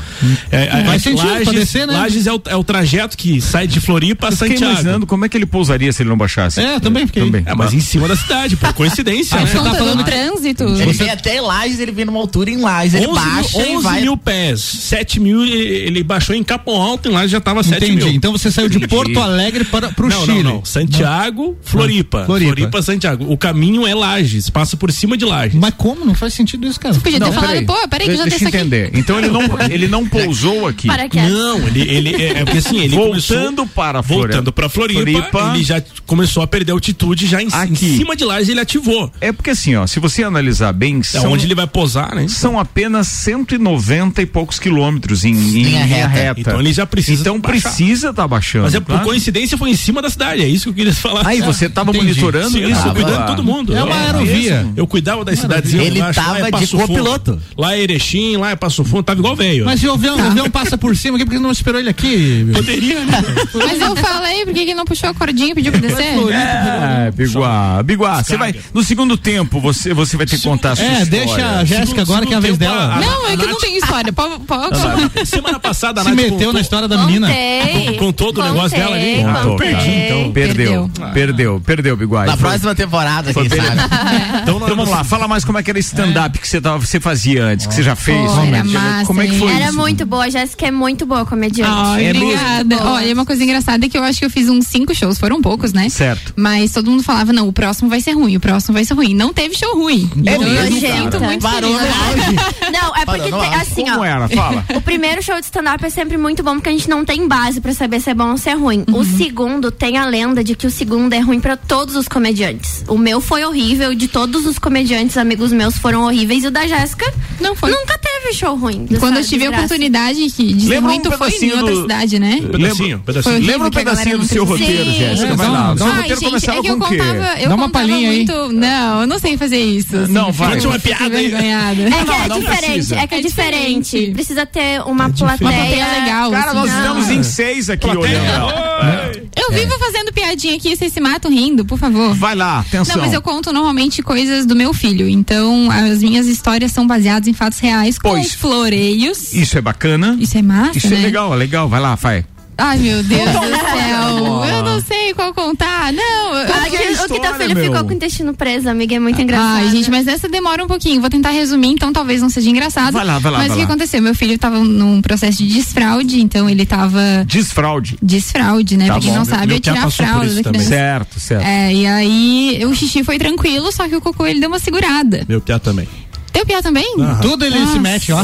E: É, é,
C: faz
E: é,
C: sentido pra
E: Lages,
C: descer, né?
E: Lages é o, é o trajeto que sai de Floripa a
A: Eu Fiquei
E: Santiago.
A: imaginando como é que ele pousaria se ele não baixasse.
C: É, também fiquei.
E: É, mas em cima da cidade, por coincidência,
D: Por
E: né?
D: conta
G: tá falando
D: do
G: que-
D: trânsito.
G: Ele vem até Lages, ele vem numa altura em Lages, ele
E: 11
G: baixa
E: mil,
G: e
E: 11
G: vai.
E: mil pés, 7 mil ele, ele baixou em Capão Alto e lá já tava 7
C: Entendi.
E: mil.
C: Então você saiu de Porto Alegre para, pro
E: não,
C: Chile.
E: não, não. Santiago, Floripa.
C: Floripa.
E: Floripa. Santiago. O caminho é Lages, passa por cima de Lages.
C: Mas como? Não faz sentido isso, cara.
D: Podia ter falado, pô, peraí que eu já desço
A: Deixa eu
D: aqui.
A: entender. Então ele não, ele não pousou aqui.
F: Paraquedas.
E: Não, ele, ele é, é porque assim, ele
A: Voltando
E: começou,
A: para Floripa.
E: voltando para Floripa,
A: Floripa.
E: ele já começou a perder altitude já em, em
A: Aqui.
E: cima de Lages ele ativou.
A: É porque assim, ó, se você analisar bem,
E: É
A: são,
E: onde ele vai posar, né?
A: são apenas 190 e poucos quilômetros em, em
G: Linha
A: linha reta.
G: reta.
E: Então ele já precisa
A: Então
E: baixar.
A: precisa estar baixando.
E: Mas é por
A: tá?
E: coincidência foi em cima da cidade, é isso que eu queria falar.
A: Aí Ah, você estava
C: Entendi.
A: monitorando
E: Sim, eu
A: isso,
E: tava cuidando
A: lá.
E: de todo mundo.
C: É uma aerovia.
E: Eu cuidava das cidadezinhas
G: Ele
E: lá embaixo,
G: tava
E: lá é
G: de
E: Passo Fundo.
G: copiloto.
E: Lá é Erechim, lá é Passo Fundo, tava igual velho.
C: Mas se o avião, o avião passa por cima aqui, por que não esperou ele aqui?
E: poderia, né?
D: Mas eu falei, por que que não puxou a cordinha e pediu pra descer?
A: É, Biguá, Biguá, você vai no segundo tempo você você vai ter que contar a sua
C: É,
A: história.
C: deixa a Jéssica agora que é a vez dela.
D: Não, é que não tem história. Pode, pode.
E: Semana passada a
C: Se
E: Nath
C: meteu
E: contou-
C: na história da menina.
F: Contei.
E: Com- com todo o negócio dela ali?
F: Contei,
A: Ah, tô,
F: contei.
A: cara. Perdeu,
E: então.
D: Perdeu. Ah.
A: perdeu, perdeu, Biguá.
G: Na
A: E foi-
G: próxima temporada, quem
A: bem-
G: sabe?
E: Então,
A: Então vamos lá, fala mais como é que era esse stand-up que você, tava, você fazia antes, que você já fez.
D: Oh,
A: como, é
D: era
A: que-
D: massa,
A: como é que
D: hein?
A: foi
F: Era
A: isso?
F: muito boa, a Jéssica é muito boa comediante.
D: Ai,
A: É
D: obrigada.
F: mesmo?
D: Olha, uma coisa engraçada é que eu acho que eu fiz uns cinco shows, foram poucos, né?
A: Certo.
D: Mas todo mundo falava, não, o próximo vai ser ruim, o próximo vai ser ruim. Não teve show ruim.
G: É
D: Então, eu
G: mesmo,
D: me sinto
F: cara?
D: muito
G: Parou
D: feliz. né?
G: no auge.
F: Não, é porque
G: Para, não
F: tem,
G: acho.
F: assim,
A: Como
F: ó.
A: era? Fala.
E: Um
F: O primeiro show de stand-up é sempre muito bom porque a gente não tem base pra saber se é bom ou se é ruim. O segundo tem a lenda de que o segundo é ruim pra todos os comediantes. O meu foi horrível, de todos os comediantes, amigos meus foram horríveis e o da Jéssica
D: Não foi.
F: nunca teve show ruim.
D: Quando eu
F: dessa
D: tive a
F: desgraça.
D: oportunidade que de ser
A: Lembra
D: ruim,
A: um
D: tu foi em
A: pedacinho
D: outra
A: do-
D: cidade, né?
E: Pedacinho, pedacinho.
D: Foi
A: Lembra um
D: que a galera
A: pedacinho do
D: não
A: seu
D: precisa.
A: roteiro,
F: Sim.
A: Jéssica?
C: É,
A: Vai
C: dá
A: lá.
C: uma-
A: O seu
C: dá uma-
A: roteiro
D: Ai, assim. gente,
A: começava
D: é que eu
A: com o quê?
D: contava, eu
C: Dá uma
D: contava
C: palhinha aí.
D: muito. Não, eu não sei fazer isso. assim,
A: Não, vai.
D: fico-
E: Conte uma
D: fico
E: piada aí.
D: envergonhada.
F: É que
A: Não,
F: é
A: não
F: diferente,
A: precisa. É
F: é que é,
D: É
F: diferente.
D: diferente.
F: Precisa ter uma plateia.
D: Uma plateia legal.
A: Cara,
D: assim.
A: nós
D: Não.
A: estamos em seis aqui olhando.
D: Eu vivo fazendo piadinha aqui, vocês se matam rindo, por favor.
A: Vai lá, atenção.
D: Não, mas eu conto normalmente coisas do meu filho. Então, as minhas histórias são baseadas em fatos reais, com
A: Pois.
D: floreios.
A: Isso é bacana.
D: Isso é massa,
A: Isso
D: né?
A: é legal, é legal. Vai lá, vai.
D: Ai, meu Deus do céu. Eu não sei qual contar. Não, eu- é
F: Ah, que- o que teu
A: é história,
F: filho
A: meu.
F: ficou com o intestino preso, amiga, é muito engraçado.
D: Ai, gente, mas essa demora um pouquinho. Vou tentar resumir, então talvez não seja engraçado.
A: Vai lá, vai lá,
D: Mas
A: vai
D: o que
A: lá.
D: aconteceu? Meu filho tava num processo de desfraude, então ele tava.
A: Desfraude.
D: Desfraude, né?
A: Tá
D: pra quem
A: bom.
D: não
A: Meu-
D: sabe,
E: meu
D: é
E: pai
D: tirar a
E: passou por
D: fralda
E: isso
D: da
E: também.
D: criança.
A: Certo, certo.
D: É, e aí o xixi foi tranquilo, só que o cocô ele deu uma segurada.
E: Meu piá também.
D: Teu piá também?
C: Tudo ele se mete, né? ó.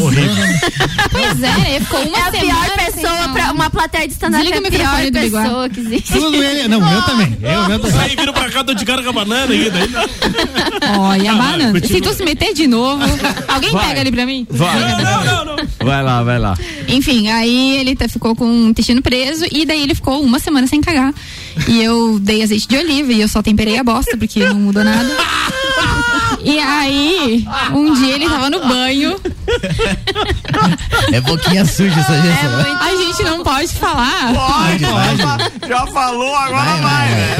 D: Pois é, ele ficou uma
F: é a
D: semana.
F: pior
D: sem
F: pessoa
D: falar.
F: pra uma plateia de stand-up. É
D: então? Desliga
F: a
D: o microfone
F: pior
D: do Biguá.
F: pessoa que existe.
C: Tudo ele. Não, eu também. Eu, eu também.
E: Aí viram pra cá, tô de cara com a banana ainda.
D: Ó, e a banana.
E: continua.
D: Se tu se meter de novo, alguém
A: Vai.
D: pega ele pra mim?
A: Vai.
E: Não, não, não.
A: Vai lá, vai lá.
D: Enfim, aí ele tá- ficou com o intestino preso e daí ele ficou uma semana sem cagar. E eu dei azeite de oliva e eu só temperei a bosta, porque não mudou nada. E aí, um dia ele tava no banho.
G: É boquinha suja essa gente.
D: A gente não pode falar.
A: Pode, Já falou, agora vai. né?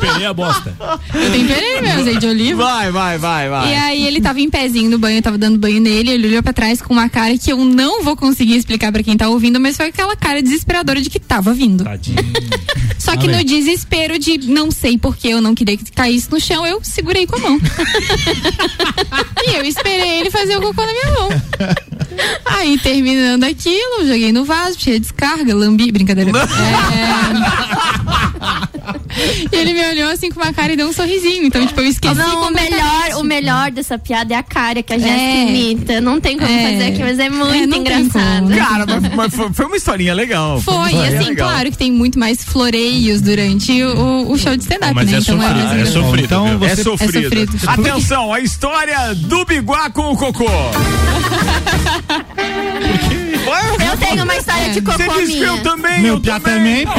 E: Pelei a bosta.
D: Eu temperei meu azeite de oliva.
A: Vai, vai, vai,
D: E
A: vai.
D: aí ele tava em pezinho no banho, eu tava dando banho nele, ele olhou pra trás com uma cara que eu não vou conseguir explicar pra quem tá ouvindo, mas foi aquela cara desesperadora de que tava vindo.
E: Tadinho.
D: Só que no desespero de não sei porque eu não queria que caísse no chão, eu segurei com a mão. e eu esperei ele fazer o cocô na minha mão. Aí, terminando aquilo, eu joguei no vaso, tirei a descarga, lambi, brincadeira. É. E ele me olhou assim com uma cara e deu um sorrisinho. Então, tipo, eu esqueci.
F: Ah, Não, o
D: completamente.
F: melhor, o melhor dessa piada é a cara que a Jéssica
D: É.
F: imita. Não tem como
D: É.
F: fazer aqui, mas é muito
D: É, não tem
F: engraçado.
D: como.
A: Cara, mas, mas foi, foi uma historinha legal.
D: Foi, e assim,
A: legal.
D: claro que tem muito mais floreios durante o, o show de stand-up,
E: Mas
D: né?
E: é
D: então
E: sofrido,
D: mais
E: é
D: engraçado.
E: sofrido.
C: Então
E: viu?
C: você-
A: É sofrido.
D: sofrido.
A: Atenção, a história do Biguá com o cocô. Ué,
F: Eu tenho uma história de
A: Você
F: cocô
A: disse que eu
F: minha.
A: também.
C: Meu
A: eu
C: piá também. pô.
D: Ô,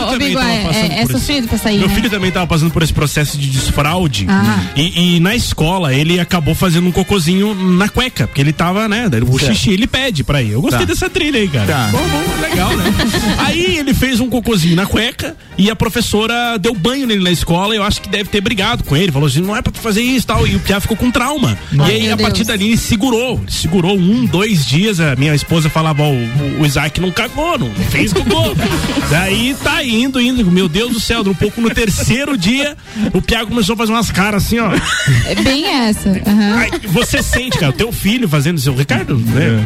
D: ô, ô,
E: também
D: Biguá,
E: tava passando
D: é, é
E: por isso.
D: sofrido pra sair,
E: Meu
D: né?
E: filho também tava passando por esse processo de desfraude.
D: Ah.
E: E, e na escola ele acabou fazendo um cocôzinho na cueca, porque ele tava, né? daí O xixi ele pede pra ir. Eu gostei
A: Tá.
E: dessa trilha aí, cara.
A: Tá.
E: Bom, bom, legal, né? aí ele fez um cocôzinho na cueca e a professora deu banho nele na escola. Eu acho que deve ter brigado com ele. Falou assim: não é pra tu fazer isso e tal. E o Pia ficou com trauma. e aí,
D: Meu
E: a partir
D: Deus.
E: dali, ele segurou. Ele segurou um, dois dias. A minha esposa falava: ó, o, o Isaac não cagou, não fez cocô. Daí tá indo, indo. Meu Deus do céu, um pouco no terceiro dia, o Pia começou a fazer umas caras assim, ó.
D: É bem essa. aham.
E: Ai, você sente, cara, o teu filho fazendo isso, o Ricardo, né?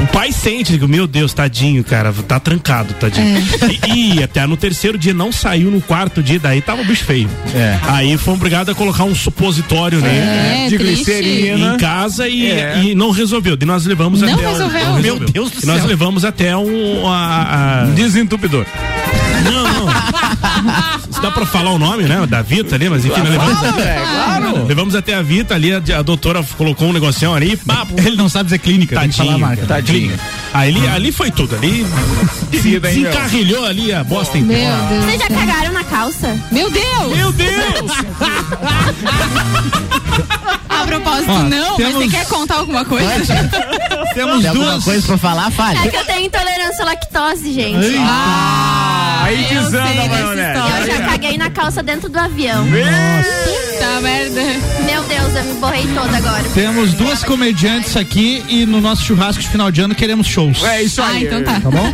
D: É.
E: O pai sente, digo, meu Deus, tadinho, cara, tá trancado, tadinho.
D: É.
E: E, e até no terceiro dia não saiu, no quarto dia, daí tava o bicho feio.
A: É.
E: Aí foi obrigado a colocar um supositório nele.
D: É,
A: de
D: triste.
A: glicerina.
E: Em casa e,
A: É.
E: e não resolveu. E nós levamos
D: Não
E: até. um-
D: resolveu.
E: não
D: Meu
E: Deus do Nós levamos até um. a- a-
A: Desentupidor.
E: Não, não. Se dá pra falar o nome, né? Da Vita ali, mas enfim, nós levamos.
A: velho, claro.
E: Levamos até a Vita ali, a, a doutora colocou um negocinho ali, pá,
C: Ele não sabe dizer clínica, tem que falar a marca.
A: Tadinho.
E: Ali, ali foi tudo, ali
A: Desida, hein, meu?
E: desencarrilhou ali a bosta
D: Meu
E: inteira.
D: Deus.
F: Vocês já cagaram na calça?
D: Meu Deus!
E: Meu Deus!
D: A propósito,
C: Ó,
D: não, mas
C: temos-
D: você quer contar alguma coisa?
C: Temos
G: Tem alguma
C: duas.
G: coisa pra falar?
F: É
G: Fale.
F: que eu tenho intolerância à lactose, gente.
C: Ei,
A: Aí
D: eu sei
A: desanda a
D: dessa
A: maionese.
F: Eu
D: história.
F: já caguei na calça dentro do avião.
D: Tá, merda.
F: Meu Deus, eu me borrei toda agora.
C: Temos duas comediantes aqui e no nosso churrasco de final de ano queremos shows.
A: É isso
D: Ah,
A: aí.
D: então tá.
C: Tá bom?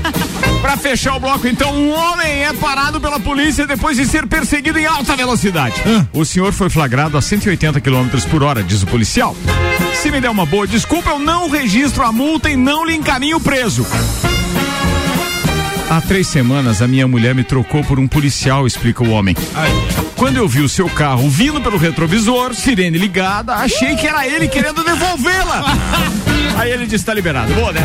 A: Pra fechar o bloco, então, um homem é parado pela polícia depois de ser perseguido em alta velocidade.
C: Hã?
A: O senhor foi flagrado a 180 km por hora, diz o policial. Se me der uma boa desculpa, eu não registro a multa e não lhe encaminho preso. Há três semanas, a minha mulher me trocou por um policial, explica o homem. Quando eu vi o seu carro vindo pelo retrovisor, sirene ligada, achei que era ele querendo devolvê-la. Aí ele disse: tá liberado. Boa, né?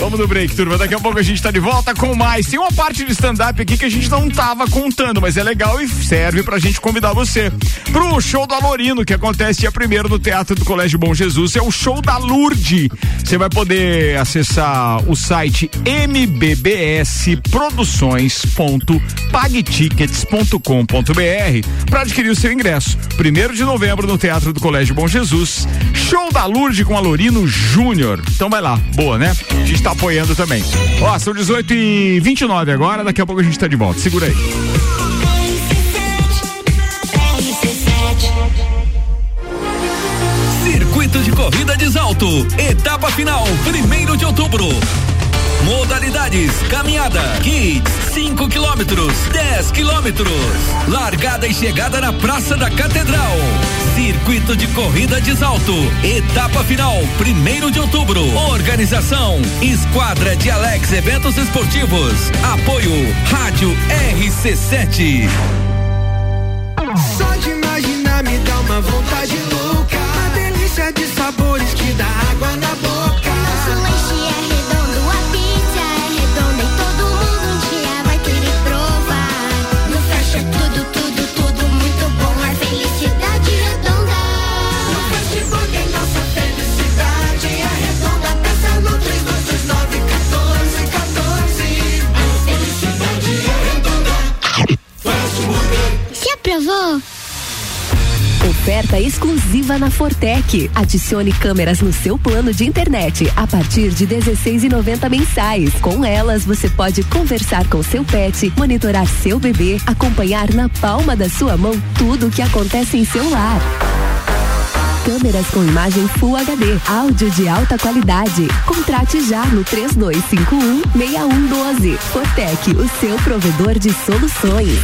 A: Vamos no break, turma. Daqui a pouco a gente tá de volta com mais. Tem uma parte de stand-up aqui que a gente não tava contando, mas é legal e serve pra gente convidar você pro show do Alorino, que acontece dia primeiro no Teatro do Colégio Bom Jesus. É o show da Lourdes. Você vai poder acessar o site mbbsproduções.pagtickets.com.br para adquirir o seu ingresso. Primeiro de novembro no Teatro do Colégio Bom Jesus. Show da Lourdes com Alorino Júnior. Então vai lá. Boa, né? A gente tá apoiando também. Ó, são 18 e 29 agora, daqui a pouco a gente tá de volta. Segura aí.
H: Circuito de Corrida de Salto, etapa final, 1 de outubro. Modalidades: caminhada, kids, 5 quilômetros, 10 quilômetros. Largada e chegada na Praça da Catedral. Circuito de Corrida de Salto, etapa final, 1 de outubro. Organização: Esquadra de Alex Eventos Esportivos. Apoio: Rádio RC7.
I: Só de imaginar me dá uma vontade louca. Uma delícia de sabores que dá água na boca.
J: Nosso lanche é redondo, a pizza é redonda e todo mundo um dia vai ter que provar. No fecha tudo, tudo, tudo muito bom, a felicidade é redonda.
I: No Facebook é nossa felicidade é redonda. Peça no 3229 1414. A felicidade é redonda. Faço mudar.
J: Se aprovou?
K: Oferta exclusiva na Fortec. Adicione câmeras no seu plano de internet a partir de 16,90 mensais. Com elas, você pode conversar com seu pet, monitorar seu bebê, acompanhar na palma da sua mão tudo o que acontece em seu lar. Câmeras com imagem Full HD, áudio de alta qualidade. Contrate já no 3251-6112. Fortec, o seu provedor de soluções.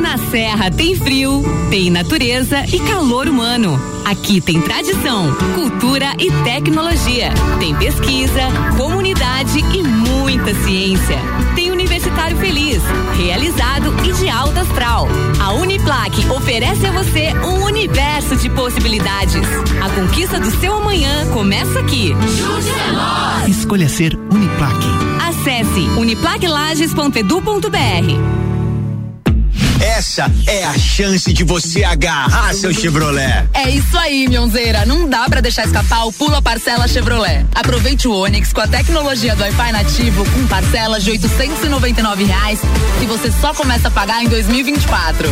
L: Na Serra tem frio, tem natureza e calor humano. Aqui tem tradição, cultura e tecnologia. Tem pesquisa, comunidade e muita ciência. Tem universitário feliz, realizado e de alta astral. A Uniplaque oferece a você um universo de possibilidades. A conquista do seu amanhã começa aqui.
M: Escolha ser Uniplaque.
L: Acesse uniplaquelages.edu.br.
N: Essa é a chance de você agarrar seu Chevrolet.
O: É isso aí, Mionzeira. Não dá pra deixar escapar o Pula Parcela Chevrolet. Aproveite o Onix com a tecnologia do Wi-Fi nativo com parcelas de R$ 899 reais que você só começa a pagar em 2024.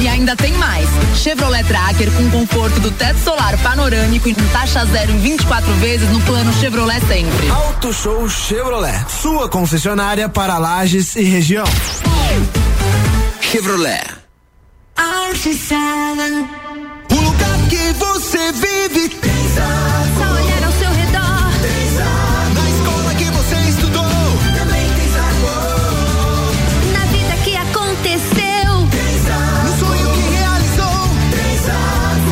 O: E ainda tem mais. Chevrolet Tracker com conforto do teto solar panorâmico e com taxa zero em 24 vezes no plano Chevrolet Sempre.
P: Auto Show Chevrolet, sua concessionária para Lages e região.
N: Chevrolet.
I: O lugar que você vive tem Só olhar ao seu redor tem Na escola que você estudou também tem sabor. Na vida que aconteceu tem No sonho que realizou tem Só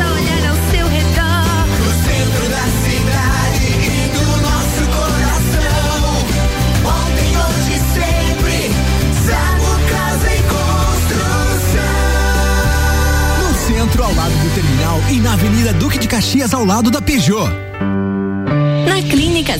I: olhar ao seu redor No centro da cidade e do nosso coração. Ontem, hoje, sempre Sago casa em construção.
Q: No centro, ao lado do terminal e na Avenida Duque de Caxias, ao lado da Peugeot.
L: Na Clínica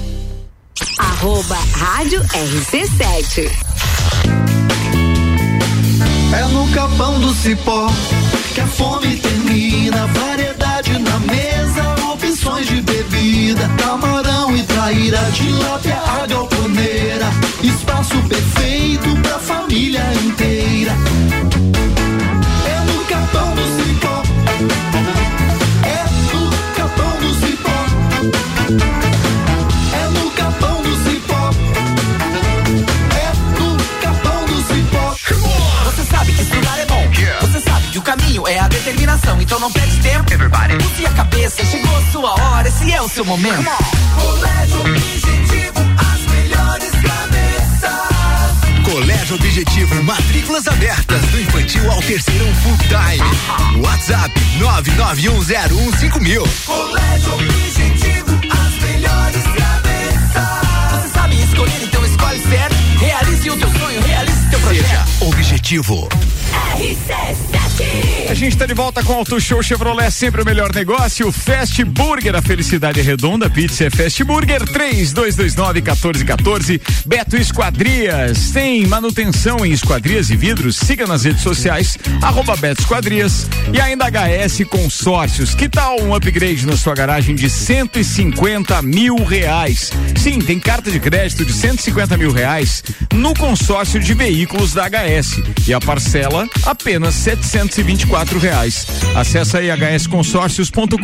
K: Arroba Rádio RC7.
I: É no capão do cipó que a fome termina. Variedade na mesa, opções de bebida, camarão e traíra, tilápia, a galponeira. Espaço perfeito pra família inteira. É no capão do cipó. É no capão do cipó. É no capão do cipó. É no capão do cipó.
R: Você sabe que estudar é bom. Você sabe que o caminho é a determinação. Então não perde tempo. Everybody. Use a cabeça. Chegou a sua hora. Esse é o seu momento.
I: Colégio Objetivo, as melhores cabeças.
N: Colégio Objetivo, matrículas abertas do infantil ao terceirão full time. WhatsApp 991015000.
I: Colégio Objetivo, as melhores cabeças.
R: Você sabe escolher, então escolhe certo. Realize o seu sonho, realize teu projeto.
N: Objetivo.
A: A gente está de volta com o Auto Show Chevrolet, é sempre o melhor negócio. Fast Burger, a felicidade é redonda. Pizza é Fast Burger, 3229-1414. Beto Esquadrias, tem manutenção em esquadrias e vidros. Siga nas redes sociais, arroba Beto Esquadrias. E ainda HS Consórcios. Que tal um upgrade na sua garagem de 150 mil reais? Sim, tem carta de crédito de 150 mil reais no consórcio de veículos da HS. E a parcela apenas setecentos e vinte e quatro reais. Acesse aí hsconsórcios.com.br.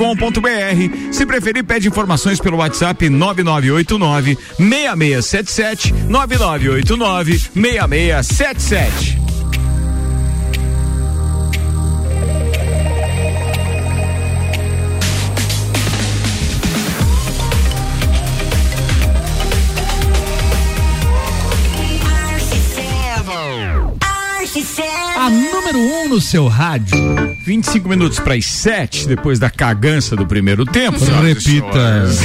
A: Se preferir, pede informações pelo WhatsApp nove nove oito nove meia meia sete sete nove nove oito nove meia meia sete sete.
C: A número um no seu rádio.
A: 25 minutos para as 7, depois da cagança do primeiro tempo.
C: Repita.
A: senhoras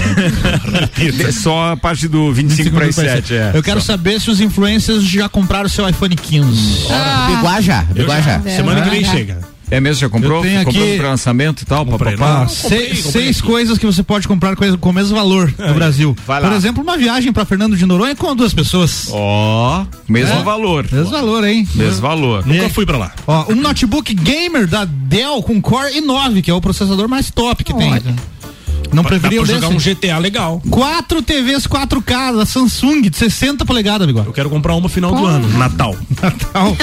A: e senhores. É Só a parte do 25, para as 7. É.
C: Eu quero
A: Só.
C: saber se os influencers já compraram seu iPhone 15.
A: Ah.
G: Biguá já,
A: Eu
G: biguá
A: já.
G: já.
D: né?
A: Semana que vem
C: Já.
A: chega. É mesmo? Já comprou?
C: Eu tenho
A: comprou
C: aqui-
A: para lançamento e tal? papapá?
C: Ah, seis, seis coisas que você pode comprar com, com o mesmo valor no Brasil. Por exemplo, uma viagem para Fernando de Noronha com duas pessoas.
A: Ó, mesmo
C: É.
A: valor.
C: Mesmo valor, hein?
A: Mesmo valor.
C: E- Ó, um notebook gamer da Dell com Core i9, que é o processador mais top que tem. Não
E: Dá
C: preferia
E: pra
C: o
E: jogar
C: desse?
E: um GTA legal.
C: Quatro TVs 4K da Samsung de 60 polegadas, amigo. Eu
E: quero comprar uma final do ano, Natal.
C: Natal.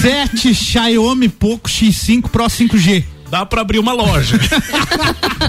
C: Sete Xiaomi Poco X5 Pro 5G.
E: Dá pra abrir uma loja.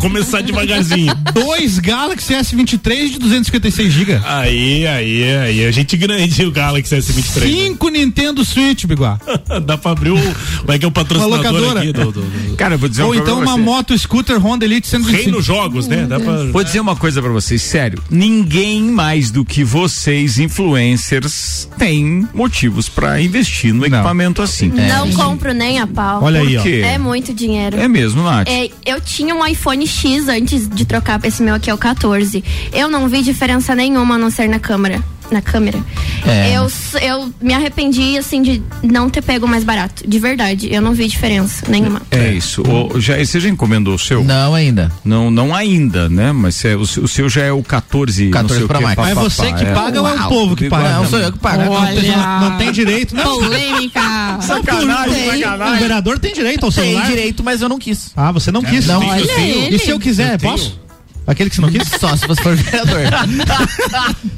E: Começar devagarzinho.
C: Dois Galaxy S23 de 256 GB.
E: Aí, aí, aí. A gente grande o Galaxy S23.
C: Cinco Nintendo Switch, Biguá.
E: Dá pra abrir o. Como é que é o patrocinador
C: Uma locadora.
E: aqui do. do, do-
A: Cara, eu vou dizer
C: Ou
A: uma coisa
C: então
A: pra
C: uma
A: você.
C: moto scooter Honda Elite 125.
E: né? Dá pra-
A: Vou dizer uma coisa pra vocês, sério. Ninguém mais do que vocês, influencers, tem motivos pra investir no equipamento assim.
F: Não compro nem a pau.
A: Olha aí, ó.
F: Por quê? É muito dinheiro.
A: É mesmo, Nath.
F: É, eu tinha um iPhone X antes de trocar pra esse meu aqui, é o 14. Eu não vi diferença nenhuma a não ser na câmera. Na câmera.
G: É.
F: Eu, s- eu me arrependi, assim, de não ter pego mais barato. De verdade. Eu não vi diferença nenhuma.
A: É isso. O, já, você já encomendou o seu?
G: Não ainda.
A: Não, não ainda, né? Mas é, o, seu- o seu já é o 14.
G: 14 pra mais.
A: Mas
G: Mas você que paga ou é o povo que paga? Não, sou eu que pago.
C: Olha. Não
D: Ah.
C: tem direito, né? não.
D: Polêmica.
C: Sacanagem,
E: tá
C: sacanagem. O vereador tem direito ao celular?
G: Tem direito, mas eu não quis.
C: Ah, você não quis.
G: Não,
C: Olha
G: eu tenho.
C: ele. E se eu quiser,
G: tenho.
C: é, posso?
E: um-
C: Aquele que você não quis?
G: Só se você for vereador.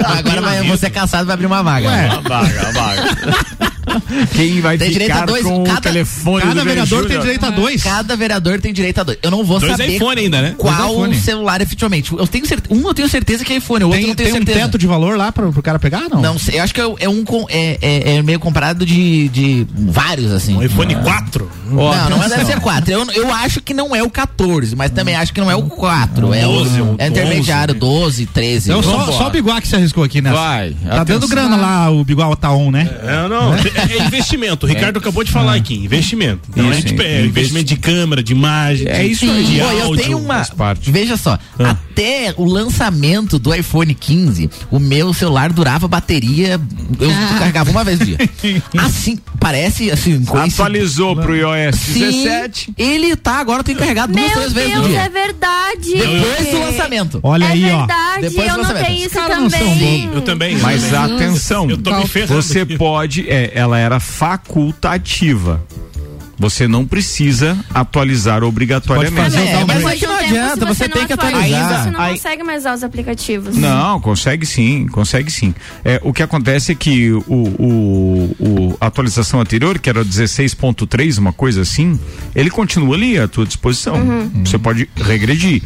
G: Agora vai, você é cansado vai abrir uma vaga.
A: Uma vaga, uma vaga. Quem vai
G: Tem direito a
A: ficar
G: dois.
A: com o
G: cada,
A: telefone do Velho Júnior?
C: a tá dois.
G: Cada vereador tem direito a dois. Eu não vou
E: Dois
G: saber
E: iPhone ainda, né?
G: qual
E: Dois iPhone.
G: celular efetivamente. Eu tenho certeza, um eu tenho certeza que é iPhone, o outro eu
C: Tem,
G: não tenho
C: tem um
G: certeza.
C: teto de valor lá pro, pro cara pegar? Não.
G: Não sei, eu acho que é, é um com- é, é- é meio comprado de, de vários, assim. Um
E: iPhone 4?
G: não, não
E: atenção.
G: deve ser 4. Eu, eu acho que não é o 14, mas também acho que não é o 4. É,
C: Doze,
G: o,
C: um
G: é intermediário, 12, 13.
C: Então só,
G: Vambora.
C: só o Biguá que se arriscou aqui nessa.
G: Vai,
C: Tá dando
G: atenção.
C: grana lá o Biguá Otaon, né?
E: É, não,
C: Né?
E: é é investimento. O Ricardo acabou de falar aqui, investimento. Então a
G: Isso,
E: gente
G: hein?
E: pega investimento de câmera, de imagem,
G: É
E: de-
G: isso aí.
E: de
G: Pô, eu
E: áudio.
G: tenho uma. Veja só, até o lançamento do iPhone 15, o meu celular durava bateria. Eu
F: Ah.
G: carregava uma vez por dia. Assim, parece assim.
A: Atualizou pro iOS
G: Sim,
A: 17.
G: Ele tá, agora tem que carregar duas,
F: Meu
G: três vezes
F: Deus,
G: por dia.
F: é verdade.
G: Depois do lançamento.
C: Olha
F: é
C: aí, ó.
F: verdade,
G: Depois do
F: eu não
G: lançamento.
F: tenho isso
G: Os caras não são
F: também.
E: Eu também.
A: Mas
E: eu também.
A: atenção,
E: Eu tô me ferrando.
A: você pode, é, ela era facultativa. Você não precisa atualizar obrigatoriamente.
G: fazer o É, downgrade.
F: Depois
G: mas
F: de um tempo, se você não atualiza, Você não
A: Ainda-
F: consegue mais usar os aplicativos.
A: Não, consegue sim, consegue sim. É, o que acontece é que o, o- o- a atualização anterior, que era o 16.3, uma coisa assim, ele continua ali à tua disposição.
F: Uhum.
A: Você pode regredir.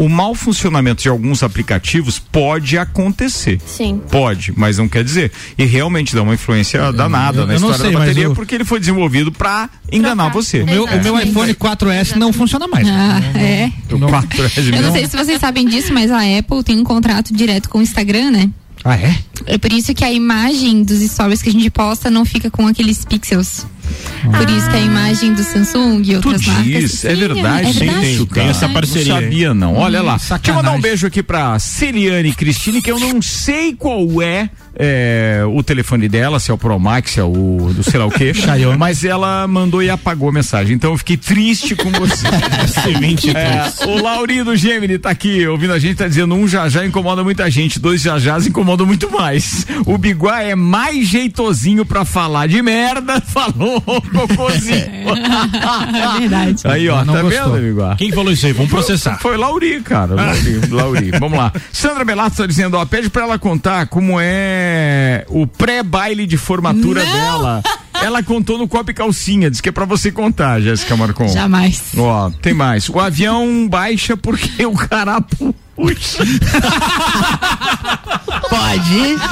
A: O mau funcionamento de alguns aplicativos pode acontecer.
F: Sim.
A: Pode, mas não quer dizer. E realmente dá uma influência danada
C: eu-
A: na
C: eu não
A: história
C: sei,
A: da
C: mas
A: bateria,
C: o-
A: porque ele foi desenvolvido pra enganar você.
C: O meu, o meu iPhone 4S não funciona mais.
D: Ah, é.
A: O 4S
D: Eu não
A: mesmo.
D: sei se vocês sabem disso, mas a Apple tem um contrato direto com o Instagram, né?
C: Ah, é?
D: É por isso que a imagem dos stories que a gente posta não fica com aqueles pixels. Por isso que a imagem do Samsung e outras marcas.
A: Ah. Diz, é verdade,
D: é verdade.
A: isso, cara.
E: Tem essa parceria,
A: Não sabia, não. Olha lá.
E: Hum,
A: Deixa eu mandar um
E: sacanagem.
A: beijo aqui pra Celiane Cristine, que eu não sei qual é é, o telefone dela, se é o Promax, se é o do sei lá o quê. mas ela mandou e apagou a mensagem. Então eu fiquei triste com você. É, o Laurindo Gemini tá aqui ouvindo a gente, tá dizendo um já já incomoda muita gente, dois já jás incomodam muito mais. O Biguá é mais jeitosinho pra falar de merda, falou o cocôzinho.
D: É verdade.
A: Aí, ó,
E: Não
A: tá
E: gostou.
A: vendo, Biguá?
E: Quem falou isso aí? Vamos processar.
A: Foi Lauri, cara. Lauri, Lauri. Vamos lá. Sandra Belato tá dizendo, ó, pede pra ela contar como é o pré-baile de formatura
D: Não!
A: dela. Ela contou no copo e calcinha, diz que é pra você contar, Jéssica Marcon.
D: Jamais.
A: Ó, tem mais. O avião baixa porque o carapu puxa.
G: Pode?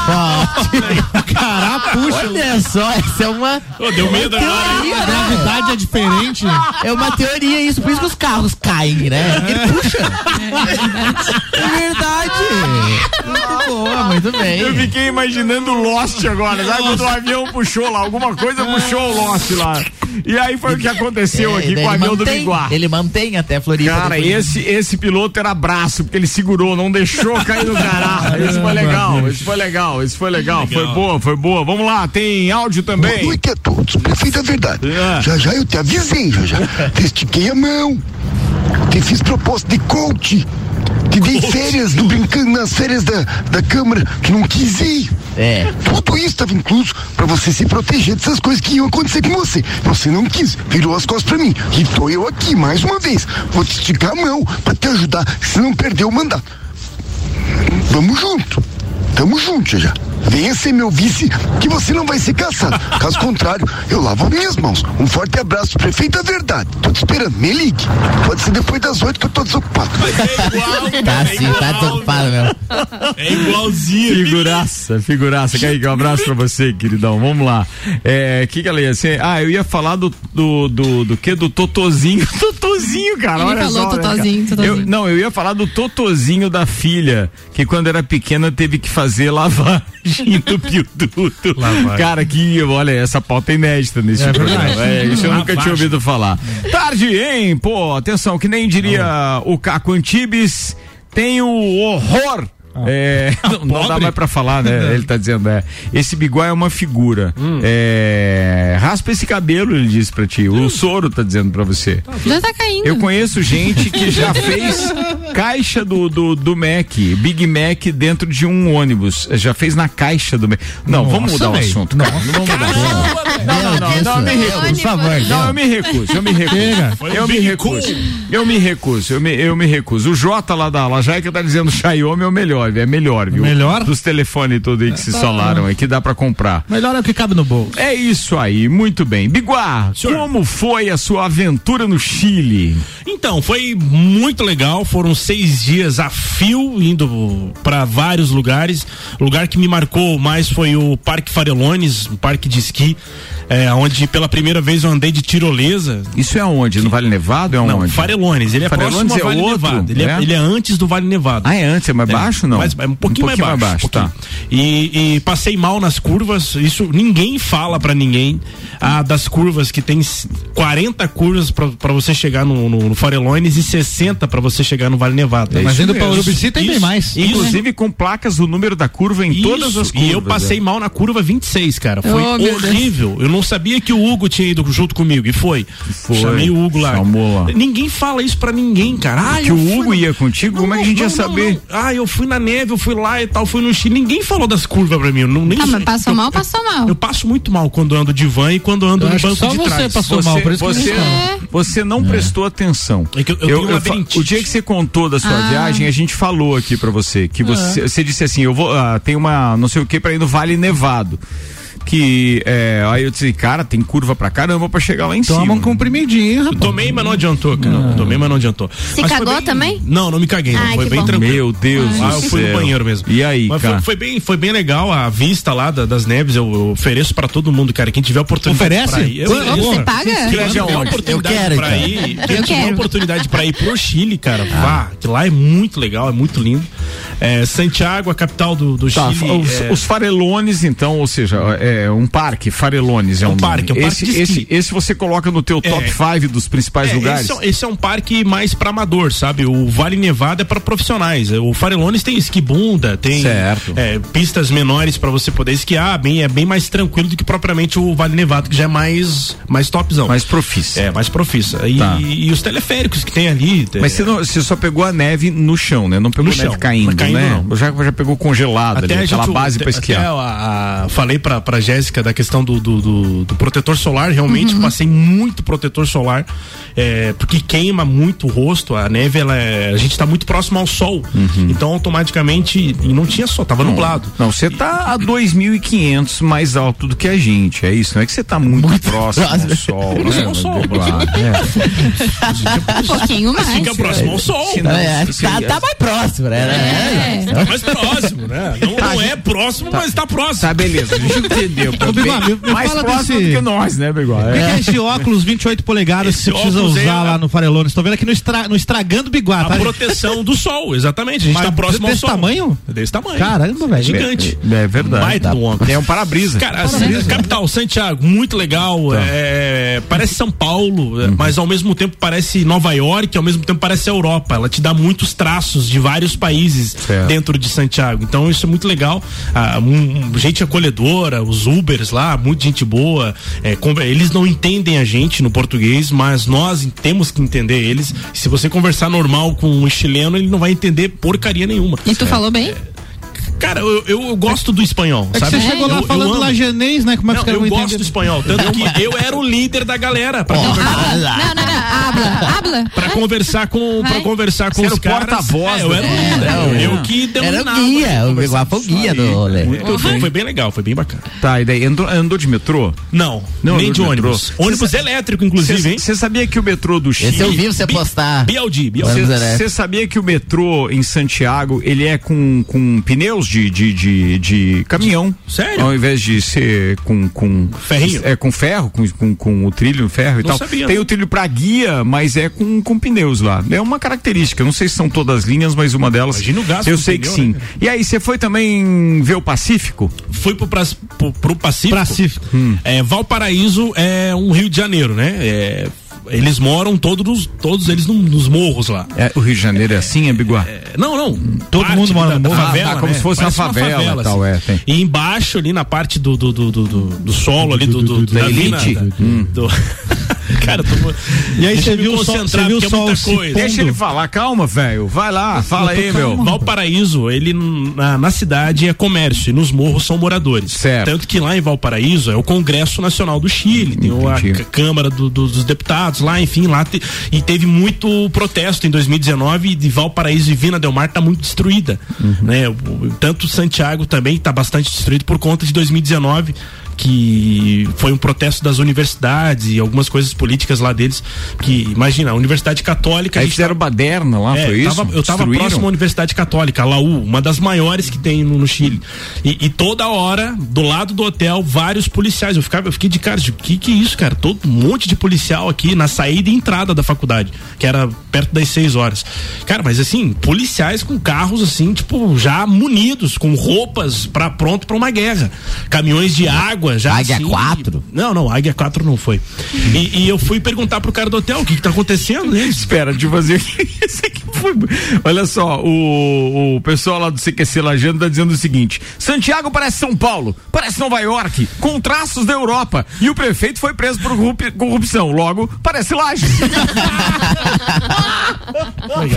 G: Pode. Carapuxa. Olha só, essa é uma.
E: deu medo
G: uma
E: agora, hein?
G: teoria,
E: A
G: né?
E: gravidade é diferente.
G: É uma teoria isso, por isso que os carros caem, né? Ele puxa. É verdade. Muito boa, muito bem.
A: Eu fiquei imaginando o Lost agora, sabe? Quando o avião puxou lá, alguma coisa puxou o Lost lá. E aí foi o que aconteceu
G: É,
A: aqui
G: daí
A: com o
G: ele
A: avião do
G: mantém-
A: Biguá.
G: Ele mantém até a Floripa.
A: Cara,
G: depois.
A: esse, esse piloto era braço, porque ele segurou, não deixou cair no caralho. Esse foi legal, esse foi legal, esse foi legal. Foi boa, foi boa. Vamos lá, tem áudio também.
S: Boa noite a é todos, prefeito da verdade. Já já eu te avisei, já já. Te estiquei a mão, te fiz proposta de coach, te dei férias, do brincando nas férias da, da Câmara, que não quis ir.
G: É.
S: Tudo isso estava incluso pra você se proteger dessas coisas que iam acontecer com você. Você não quis, virou as costas pra mim. E tô eu aqui, mais uma vez. Vou te esticar a mão pra te ajudar, se não perder o mandato. Vamos junto. Tamo junto, já. Venha ser meu vice, que você não vai ser caçado. Caso contrário, eu lavo as minhas mãos. Um forte abraço, prefeito da verdade. Tô te esperando, me ligue. Pode ser depois das oito que eu tô desocupado.
G: Tá sim, tá desocupado mesmo.
A: É igualzinho. Figuraça, figuraça. Kaique, um abraço pra você, queridão. Vamos lá. É, que que ela ia ser? Ah, eu ia falar do, do, do, do que? Do Totozinho. Totozinho, cara.
D: Ele
A: olha
D: falou
A: só, né,
D: Totozinho,
A: cara?
D: Totozinho.
A: Eu- não, eu ia falar do Totozinho da filha, que quando era pequena teve que fazer lavagem do piuduto.
E: Lavagem.
A: Cara, que, olha, essa pauta é inédita nesse
E: É
A: programa.
E: verdade.
A: É, isso eu nunca
E: Lavagem. É.
A: tinha ouvido falar. Tarde, hein? Pô, atenção, que nem diria o Caco Antibes, tem o horror.
E: Ah.
A: É, não, não dá
E: Pobre.
A: mais pra falar, né? Ele tá dizendo, é. Esse bigode é uma figura.
E: Hum.
A: É, raspa esse cabelo, ele disse pra ti.
E: Hum.
A: O soro tá dizendo pra você.
D: Já tá caindo.
A: Eu conheço gente que já fez caixa do, do, do Mac, Big Mac, dentro de um ônibus. Já fez na caixa do Mac. Não, vamos mudar o
C: véi.
A: assunto, cara. Não vamos mudar o assunto. Não, não, não, eu me recuso.
C: Por favor,
A: Não, eu me recuso, eu me
C: Chega.
A: recuso. Eu me recuso. Eu me recuso, eu me, eu me recuso. O Jota lá da Lajaica tá dizendo Xiaomi é o melhor, viu? é melhor, viu?
C: Melhor?
A: Dos telefones tudo aí que se
C: Tá
A: solaram
C: bom.
A: aí, que dá pra comprar.
C: Melhor é o que cabe no bolso.
A: É isso aí, muito bem. Biguá, como foi a sua aventura no Chile?
E: Então, foi muito legal. Foram seis dias a fio, indo para vários lugares. O lugar que me marcou mais foi o Parque Farelones, um parque de esqui, é, onde pela primeira vez eu andei de tirolesa.
A: Isso é onde? No Vale Nevado? É
E: Não,
A: onde?
E: Farelones. Ele é
A: Farelones
E: próximo ao
A: é
E: Vale
A: outro,
E: Nevado. Ele é,
A: né?
E: ele é antes do Vale Nevado.
A: Ah, é antes, é mais baixo não?
E: Mas, é um pouquinho, mais baixo. um
A: tá.
E: pouquinho. E, e passei mal nas curvas, isso ninguém fala pra ninguém. Ah, das curvas que tem s- 40 curvas pra- pra você chegar no, no, no Farelones e 60 pra você chegar no Vale Nevado.
A: É
C: Mas
A: isso
C: indo pra
A: mesmo.
C: Urubici tem bem
E: Isso,
C: mais.
A: Inclusive com placas, o número da curva em todas
E: Isso,
A: as curvas.
E: E eu passei
A: né?
E: mal na curva 26, cara. Foi
A: Oh, meu Deus.
E: horrível. Eu não sabia que o Hugo tinha ido junto comigo. E foi.
A: Foi.
E: Chamei o Hugo lá.
A: Chamou lá.
E: Ninguém fala isso pra ninguém, cara. Ah,
A: Que
E: eu
A: o
E: fui
A: Hugo
E: na-
A: ia contigo, como é que a gente ia saber?
E: não. Ah, eu fui na neve, eu fui lá e tal, fui no Chile. Ninguém falou das curvas pra mim. Eu não, nem
D: Tá, mas
E: sei.
D: passou
E: Eu-
D: mal, passou mal.
E: Eu passo muito mal quando ando de van e quando ando
C: Eu
E: no
C: acho que
E: banco
C: só
E: de
C: você
E: trás.
C: passou mal, por isso que
A: você,
C: eu não É.
A: você não prestou atenção.
E: É que eu- eu tenho
A: fa-
E: labirintite.
A: o dia que você contou da sua
E: Ah.
A: viagem, a gente falou aqui pra você que você, você disse assim, eu vou, ah, tem uma, não sei o que pra ir no Vale Nevado. Que é, aí eu disse, cara, tem curva pra caramba pra chegar lá em
C: Toma
A: cima.
C: um comprimidinho, rapaz.
E: Tomei, mas não adiantou, cara. Tomei, mas não adiantou.
F: Se
E: Mas foi
F: cagou
E: bem-
F: também?
E: Não, não me caguei. não.
F: Ai,
E: Foi
F: que
E: bem
F: bom.
E: tranquilo.
A: Meu Deus
E: Ah,
A: do
E: eu fui
A: céu.
E: no banheiro mesmo.
A: E aí,
E: Mas
A: cara?
E: foi, foi bem, foi bem legal a vista lá da- das neves. Eu, eu ofereço pra todo mundo, cara. Quem tiver oportunidade
C: Oferece?
E: pra ir. Eu,
C: Você
E: eu-
D: Você paga?
E: Quem tiver oportunidade
G: Eu quero,
E: pra
G: então.
E: ir,
D: Eu
E: quem tiver
D: quero.
E: oportunidade pra ir pro Chile, cara, vá. Que lá é muito legal, é muito lindo. É, Santiago, a capital do, do
A: Tá,
E: Chile.
A: os,
E: é,
A: os farelones, então, ou seja, é, é, um parque, Farelones é um,
E: parque,
A: nome.
E: um parque
A: esse,
E: de
A: esse,
E: esqui.
A: esse você coloca no teu top
E: É.
A: 5 dos principais
E: É,
A: lugares?
E: Esse, é- esse é um parque mais pra amador, sabe? O Vale Nevado é pra profissionais. O Farelones tem esquibunda, tem é, pistas menores pra você poder esquiar, bem, é bem mais tranquilo do que propriamente o Vale Nevado, que já é mais, mais topzão. Mais
A: profissa.
E: É, mais profissa. E,
A: Tá.
E: e os teleféricos que tem ali. é,
A: Mas você, não- você só pegou a neve no chão, né? Não pegou
E: No
A: neve
E: chão,
A: caindo,
E: caindo
A: né?
E: não.
A: Já, já pegou congelado ali,
E: a
A: aquela
E: gente-
A: base pra
E: até-
A: esquiar.
E: até a- a- falei pra, pra Jéssica da questão do, do, do- do protetor solar, realmente
A: Uhum.
E: passei muito protetor solar, é, porque queima muito o rosto, a neve, ela é- a gente tá muito próximo ao sol,
A: Uhum.
E: então automaticamente, e não tinha sol, tava nublado.
A: Não, você tá a 2.500 mais alto do que a gente, é isso? Não é que você tá muito, próximo ao sol, né?
E: ao sol.
A: Eduardo? É.
D: Um pouquinho mais.
E: Fica próximo ao sol.
A: Se não- É, se- tá- tá
G: mais próximo, né?
E: É. Tá mais próximo, né? Não, não é próximo, mas tá próximo.
A: Tá, beleza. A gente entendeu.
C: Ô, Bigode, me- me
A: mais
C: fala
A: próximo
C: desse-
A: do que nós, né, Bigode?
C: O que, que é esse óculos 28 polegadas que você precisa
E: óculos aí
C: usar
E: é-
C: lá no Farelones? Estou vendo aqui no, estra... no Estragando Biguá,
E: A
C: tá?
E: proteção do sol, exatamente. A gente
C: Mas
E: tá próximo ao
C: desse
E: sol.
C: tamanho?
E: Desse tamanho.
C: Caramba, velho.
E: Gigante.
A: É, é verdade.
E: Baita
A: Dá-
E: do homem.
A: É um para-brisa. Tá.
E: Cara, a
A: Para-brisa.
E: Sa- capital, Santiago, muito legal. é, parece São Paulo,
A: Uhum.
E: é, mas ao mesmo tempo parece Nova York, ao mesmo tempo parece a Europa. Ela te dá muitos traços de vários países
A: Certo.
E: dentro de Santiago. Então isso é muito legal. Ah, um- um- gente acolhedora, os Ubers lá, muita gente boa. é, conver- eles não entendem a gente no português, mas nós temos que entender eles. Se você conversar normal com um chileno, ele não vai entender porcaria nenhuma. É.
D: E tu falou bem?
E: Cara, eu, eu- eu gosto do espanhol.
C: É que
E: sabe?
C: você chegou lá
E: Eu- eu
C: falando
E: amo.
C: lajanês, né? Como é que
E: Não,
C: os caras
E: eu
C: vão
E: gosto
C: entender?
E: do espanhol, tanto que eu era o líder da galera pra
G: ah,
E: conversar.
D: Ah, Não, não, não. Habla, habla.
E: Pra conversar com, pra
D: Vai.
E: conversar com
G: Você
E: os
G: era o
E: caras.
G: porta-voz,
E: É, eu era o
G: né?
E: líder.
G: Não,
E: eu
G: não.
E: que
G: Era o
E: dominava
G: guia,
E: essa
G: o
E: conversa.
G: Biguá foi o
E: Isso
G: guia
E: aí.
G: do rolê.
E: Muito
G: Muito
E: bem.
G: bem.
E: Foi bem legal, foi bem bacana.
A: Tá, e daí andou, andou de metrô?
E: Não,
A: Não,
E: nem
A: andou
E: de ônibus.
A: metrô.
E: Ônibus
A: Cê-
E: elétrico, inclusive,
A: cê-
E: hein?
A: Você sabia que o metrô do Chile.
G: Esse eu vi você postar.
E: Bialdi, Bialdi.
A: Você sabia que o metrô em Santiago ele é com, com pneus de, de, de, de caminhão?
E: Sério?
A: Ao invés de ser com. com
E: Ferrinho?
A: É com ferro, com, com, com o trilho, um ferro e
E: Não
A: tal.
E: sabia,
A: Tem
E: não.
A: o trilho pra guia, mas é com, com pneus lá. É uma característica. eu Não sei se são todas as linhas, mas uma delas.
E: Imagina o gasto
A: Eu
E: com
A: sei
E: pneu,
A: que sim.
E: né, cara?
A: E aí, você foi também ver o Pacífico?
E: Fui pro, pras- pro, pro Pacífico.
A: Hum.
E: É, Valparaíso é um Rio de Janeiro, né? É, eles moram todos, todos eles num- nos morros lá.
A: É, o Rio de Janeiro é assim, é Biguá?
E: É, Não, não.
A: Todo
E: Parte
A: mundo mora
E: da-
A: no
E: da
A: morro? Ah,
E: favela,
A: tá, como
E: né?
A: se fosse
E: Parece assim.
A: uma favela, tal, é, tem.
E: E embaixo, ali na parte do, do, do, do, do- do solo, ali do, do-
A: Da
E: mina,
A: elite? Hum.
E: da- do- Cara, eu tô...
C: E aí
E: Deixa
C: você
E: eu me
C: viu o sol, você
E: concentrar,
C: viu o
E: porque é
C: sol
E: muita
C: se
E: coisa.
C: pondo?
A: Deixa ele falar, calma, velho. Vai lá, fala aí, meu.
E: Valparaíso, ele na, na cidade é comércio e nos morros são moradores.
A: Certo.
E: Tanto que lá em Valparaíso é o Congresso Nacional do Chile, tem o- a
A: Entendi.
E: c- Câmara do- do- dos Deputados lá, enfim, lá te- e teve muito protesto em 2019 de Valparaíso e Vina Del Mar tá muito destruída,
A: Uhum.
E: né? O- o- Tanto Santiago também tá bastante destruído por conta de 2019 que foi um protesto das universidades e algumas coisas políticas lá deles que imagina a universidade católica a
A: Aí
E: gente
A: fizeram baderna lá,
E: é,
A: foi isso?
E: tava- eu estava
A: Destruíram?
E: próximo à Universidade Católica, a Laú, uma das maiores que tem no, no Chile. E, e toda hora, do lado do hotel, vários policiais. Eu, ficava, eu fiquei de cara, o que que é isso, cara? Todo um monte de policial aqui na saída e entrada da faculdade, que era perto das 6 horas. Cara, mas assim, policiais com carros assim, tipo, já munidos, com roupas para pronto para uma guerra. Caminhões de água já
G: Águia
E: assim,
G: 4?
E: Não, não, Águia 4 não foi. E, e eu fui perguntar pro cara do hotel, o que que tá acontecendo, né?
A: Espera, deixa eu fazer isso aqui foi. Olha só, o, o pessoal lá do CQC Lajano tá dizendo o seguinte: Santiago parece São Paulo, parece Nova York, com traços da Europa. E o prefeito foi preso por corrup- corrupção. Logo, parece Laje.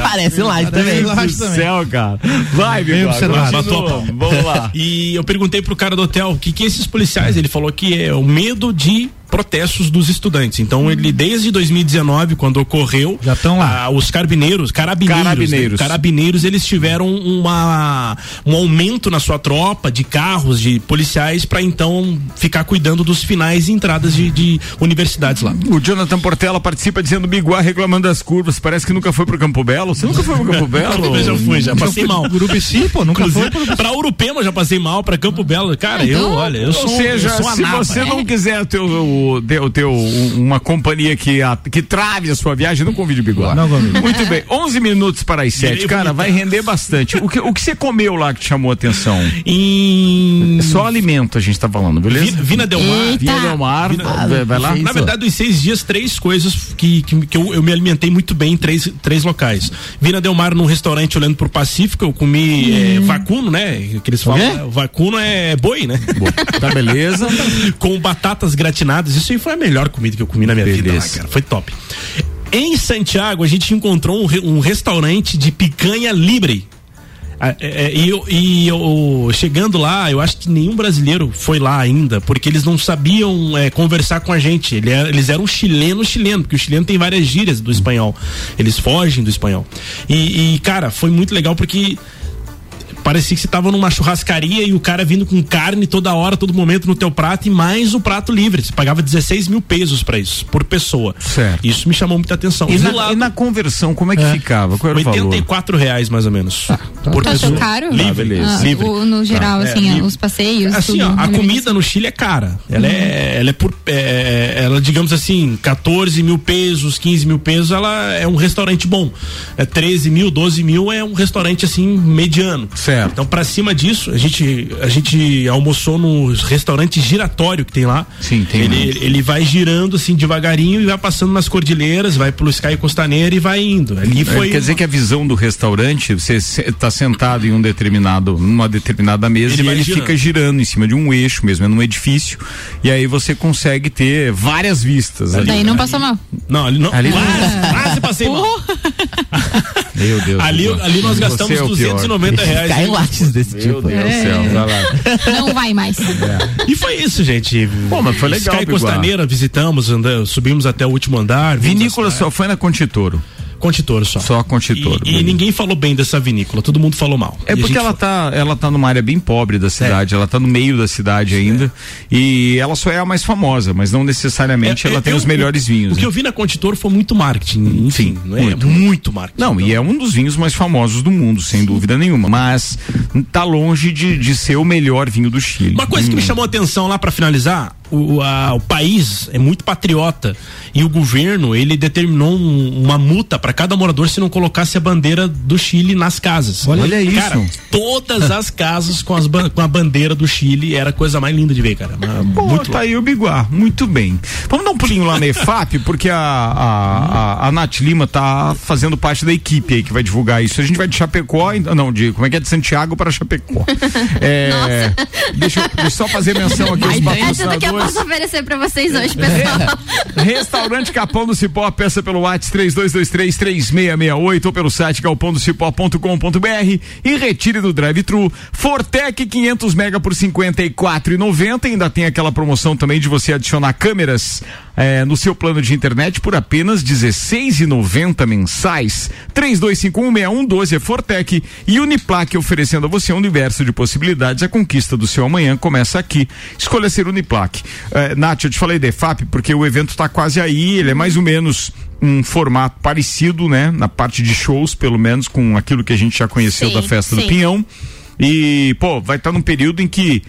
G: Parece live também.
A: Meu Deus do céu, cara. Vai,
C: Bem
A: meu
C: observado.
A: Vamos lá.
E: E eu perguntei pro cara do hotel o que que é esses policiais, ele falou que é o medo de protestos dos estudantes. Então ele desde 2019 quando ocorreu,
C: Já tão lá.
E: ah, os carabineiros, carabineiros,
A: Carabineiros.
E: né? carabineiros, eles tiveram uma um aumento na sua tropa de carros, de policiais para então ficar cuidando dos finais e entradas de, de universidades lá.
A: O Jonathan Portela participa dizendo Biguá reclamando das curvas. Parece que nunca foi pro Campo Belo. Você nunca foi pro Campo Belo?
E: Ah, Eu já fui, já passei mal.
C: Urubici, pô, nunca foi.
E: Inclusive, pra Urupema eu já passei mal, pra Campo Belo. Cara,
D: Então,
E: eu, olha, eu
A: Ou
E: sou, um,
A: seja,
E: eu sou né? a
A: se
E: naba.
A: você não quiser ter o, o o, de- o teu, um- uma companhia que, a- que trave a sua viagem, não convide o Bigode.
C: Não convide.
A: Muito bem, 11 minutos para as 7. Cara, vai render bastante. O que, o que você comeu lá que te chamou a atenção? É Só alimento a gente tá falando, beleza?
E: Vi- Vina Del Mar.
A: Vina Del Mar. vai- vai lá.
E: Na verdade, dos seis dias, três coisas que, que, que eu, eu me alimentei muito bem em três, três locais. Vina Del Mar num restaurante olhando pro Pacífico, eu comi eh, vacuno, né? Que eles falam.
A: quê?
E: eh, Vacuno é boi, né?
A: Tá beleza.
E: Com batatas gratinadas. Isso aí foi a melhor comida que eu comi na minha vida, lá, cara. Foi top. Em Santiago, a gente encontrou um, re- um restaurante de picanha livre. Ah, é, é, e eu, e eu- chegando lá, eu acho que nenhum brasileiro foi lá ainda, porque eles não sabiam é, conversar com a gente. Ele era- eles eram chileno chileno, porque o chileno tem várias gírias do espanhol. Eles fogem do espanhol. E, e, cara, foi muito legal porque parecia que você tava numa churrascaria e o cara vindo com carne toda hora, todo momento no teu prato e mais o prato livre. Você pagava 16 mil pesos pra isso, por pessoa. Certo. Isso me chamou muita atenção.
A: E
E: Do
A: na,
E: lado-
A: e na conversão, como é que ficava? Qual era o valor?
E: 84 reais mais ou menos. por
D: Tá achou
E: pessoa.
D: caro?
E: Livre,
D: Ah,
E: livre.
D: o- no geral,
E: Tá. É,
D: assim,
E: livre.
D: os passeios.
E: Assim,
D: tudo,
E: ó, a
D: alimentação.
E: comida no Chile é cara. Ela é, ela é por, é, ela digamos assim, 14 mil pesos, 15 mil pesos, ela é um restaurante bom. É 13 mil, 12 mil é um restaurante assim mediano. Certo. Então pra cima disso a gente a gente almoçou no restaurante giratório que tem lá. Sim, tem. Ele, ele vai girando assim devagarinho e vai passando nas cordilheiras, vai pelo Sky Costaneira e vai indo. Ali
A: É,
E: foi
A: Quer dizer que a visão do restaurante, você está sentado em um determinado, numa determinada mesa
E: Ele
A: e
E: vai
A: ele
E: girando.
A: fica girando em cima de um eixo mesmo, é num edifício, e aí você consegue ter várias vistas ali. né?
D: Daí não passou mal.
E: Não, ali não.
A: Ali não.
E: quase, quase passei né? mal.
A: Meu Deus.
E: Ali-
A: do céu.
E: ali nós
A: Você
E: gastamos
A: é o pior.
E: 290 reais. Cai lates desse
G: tipo.
A: Meu Deus
D: É.
A: do céu, vai lá.
D: Não vai mais.
E: E foi isso, gente.
A: Pô, mas foi legal,
E: Sky
A: Biguá.
E: Costaneira, visitamos, andamos, subimos até o último andar.
A: Vinícola só foi na Contitoro.
E: Contitoro só.
A: Só Contitoro.
E: E ninguém falou bem dessa vinícola, todo mundo falou mal. E
A: É
E: a
A: porque
E: gente É.
A: ela tá, ela tá numa área bem pobre da cidade, ela tá no meio da cidade ainda. E ela só é a mais famosa, mas não necessariamente
E: É,
A: ela
E: é,
A: tem
E: eu-
A: os melhores vinhos. né?
E: O que eu vi na Contitoro foi muito marketing, enfim, não é? muito. marketing.
A: Não, e é um dos vinhos mais famosos do mundo, sem dúvida nenhuma. Mas tá longe de, de ser o melhor vinho do Chile. Hum.
E: Uma coisa que me chamou a atenção lá pra finalizar, o, a- o país é muito patriota e o governo ele determinou um- uma multa pra cada morador se não colocasse a bandeira do Chile nas casas.
A: Olha isso.
E: Cara, todas as casas com, as ban- com a bandeira do Chile era a coisa mais linda de ver, cara. Ah, Mas
A: Pô,
E: muito
A: tá aí o Biguá, muito bem. Vamos dar um pulinho lá na EFAP, porque a, a, a, a Nath Lima tá fazendo parte da equipe aí que vai divulgar isso. A gente vai de Chapecó, ainda- não, de, como é que é, de Santiago para Chapecó. É, deixa, eu, deixa eu só fazer menção aqui aos
F: É tudo que eu
A: patrocinadores.
F: posso oferecer pra vocês hoje, pessoal.
A: Restaurante Capão do Cipó, peça pelo WhatsApp 32233668 ou pelo site galpondocipó.com.br e retire do drive-thru. Fortec 500 mega por 54,90. Ainda tem aquela promoção também de você adicionar câmeras eh, no seu plano de internet por apenas 16,90 mensais. 32516112 é Fortec e Uniplac oferecendo a você um universo de possibilidades. A conquista do seu amanhã começa aqui. Escolha ser Uniplac. Eh, Nath, eu te falei da EFAP porque o evento está quase aí, ele é mais ou menos um formato parecido, né? Na parte de shows, pelo menos, com aquilo que a gente já conheceu
T: Sim,
A: da festa do
T: sim.
A: Pinhão. E, pô, vai estar num período em que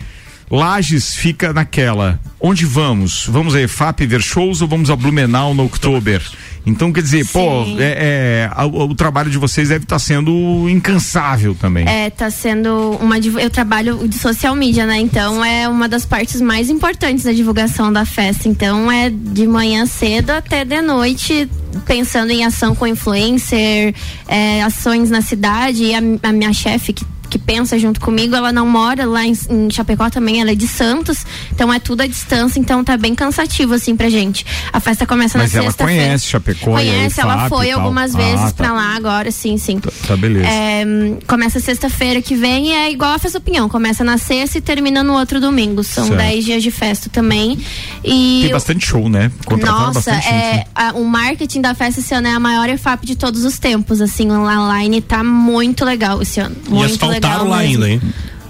A: Lages fica naquela. Onde vamos? Vamos a EFAP ver shows ou vamos a Blumenau no Oktober? Então, quer dizer, pô, é, é, a- o, o trabalho de vocês deve estar sendo incansável também.
F: É, tá sendo uma. divu- Eu trabalho de social media, né? Então é uma das partes mais importantes da divulgação da festa. Então é de manhã cedo até de noite, pensando em ação com influencer, é, ações na cidade. E a, a minha chefe, que, que pensa junto comigo, ela não mora lá em, em Chapecó também, ela é de Santos. Então é tudo à distância, então tá bem cansativo, assim, pra gente. A festa começa
A: Mas
F: na
A: ela
F: sexta-feira.
A: conhece Chapecó, e a
F: Conhece, ela
A: EFAP e
F: foi
A: tal.
F: algumas
A: Ah,
F: vezes
A: tá.
F: pra lá agora, sim, sim.
A: Tá beleza.
F: É, hum, começa sexta-feira que vem é igual a festa do Pinhão. Começa na sexta e termina no outro domingo. São
A: Certo.
F: 10 dias de festa também. E
A: Tem bastante show, né? Contrataram
F: nossa,
A: bastante gente,
F: é,
A: né?
F: a- o marketing da festa esse ano é a maior EFAP de todos os tempos. Assim, o online tá muito legal esse ano.
E: E
F: muito legal
E: asfaltaram lá
F: mesmo.
E: ainda, hein?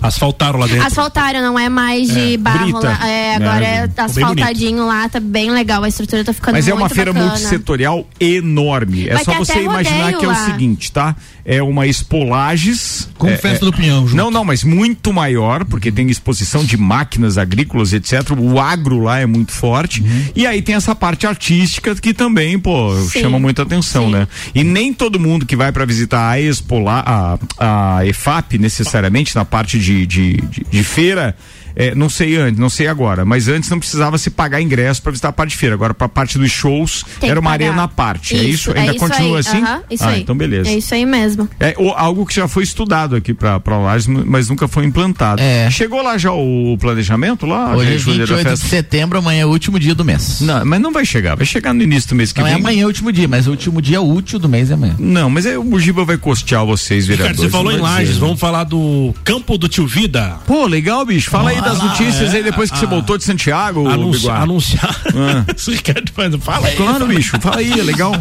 E: Asfaltaram lá dentro.
F: Asfaltaram, não é mais de
E: É,
F: barro
E: brita.
F: lá. É, agora
A: É,
F: é,
A: ficou bem
F: asfaltadinho lá, tá bem legal. A estrutura tá ficando
A: Mas é
F: muito
A: uma feira
F: bacana.
A: multissetorial enorme. É
F: Vai
A: só
F: ter
A: você
F: até
A: imaginar
F: rodeio
A: que é
F: lá.
A: o seguinte, tá? É uma Expolages.
C: Com
A: é,
C: festa
A: é-
C: do pinhão junto.
A: Não, não, mas muito maior, porque tem exposição de máquinas agrícolas, etc. O agro lá é muito forte.
C: Uhum.
A: E aí tem essa parte artística que também, pô,
T: Sim.
A: chama muita atenção, né? E nem todo mundo que vai para visitar a Expola, a, a EFAP, necessariamente, na parte de, de, de- de feira. é, não sei antes, não sei agora, mas antes não precisava se pagar ingresso para visitar a parte de feira. Agora, para a parte dos shows,
F: Tem que
A: era uma
F: pagar.
A: arena à parte. é isso? Ainda
F: isso
A: continua
F: aí,
A: assim?
F: aham, isso
A: ah,
F: aí.
A: então beleza.
F: É isso aí mesmo.
A: É o- algo que já foi estudado aqui para para Lages, mas nunca foi implantado. Chegou lá já o planejamento lá?
G: É. Hoje
A: a
G: é
A: escolha da
G: 28 de
A: festa?
G: setembro, amanhã é o último dia do mês.
A: Não, mas não vai chegar, vai chegar no início do mês que
G: Não
A: vem.
G: é amanhã é o último dia, mas o último dia útil do mês é amanhã.
A: Não, mas aí o Giba vai costear vocês,
E: Cara,
A: vereadores.
E: você falou
A: não
E: em
A: vai dizer,
E: Lages,
A: né?
E: vamos falar do Campo do Tio Vida.
A: Pô, legal, bicho. Fala aí das notícias
E: é.
A: aí depois que
E: Ah.
A: você voltou de Santiago,
E: Anuncia,
A: Biguá.
E: anunciar.
A: Ah.
E: Isso, Ricardo, faz- fala aí.
A: Claro, bicho, fala aí, é legal.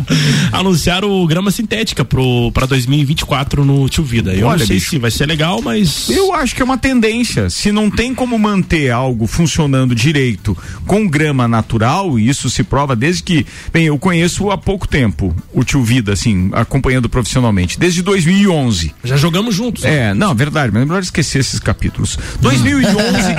E: Anunciaram o grama sintética pro, pra 2024 no Tio Vida. Eu
A: Olha,
E: não sei
A: bicho.
E: se vai ser legal, mas.
A: Eu acho que é uma tendência. Se não tem como manter algo funcionando direito com grama natural, e isso se prova desde que. Bem, eu conheço há pouco tempo o tio Vida, assim, acompanhando profissionalmente, desde 2011.
E: Já jogamos juntos.
A: É, não, verdade, mas é melhor esquecer esses capítulos. 2011,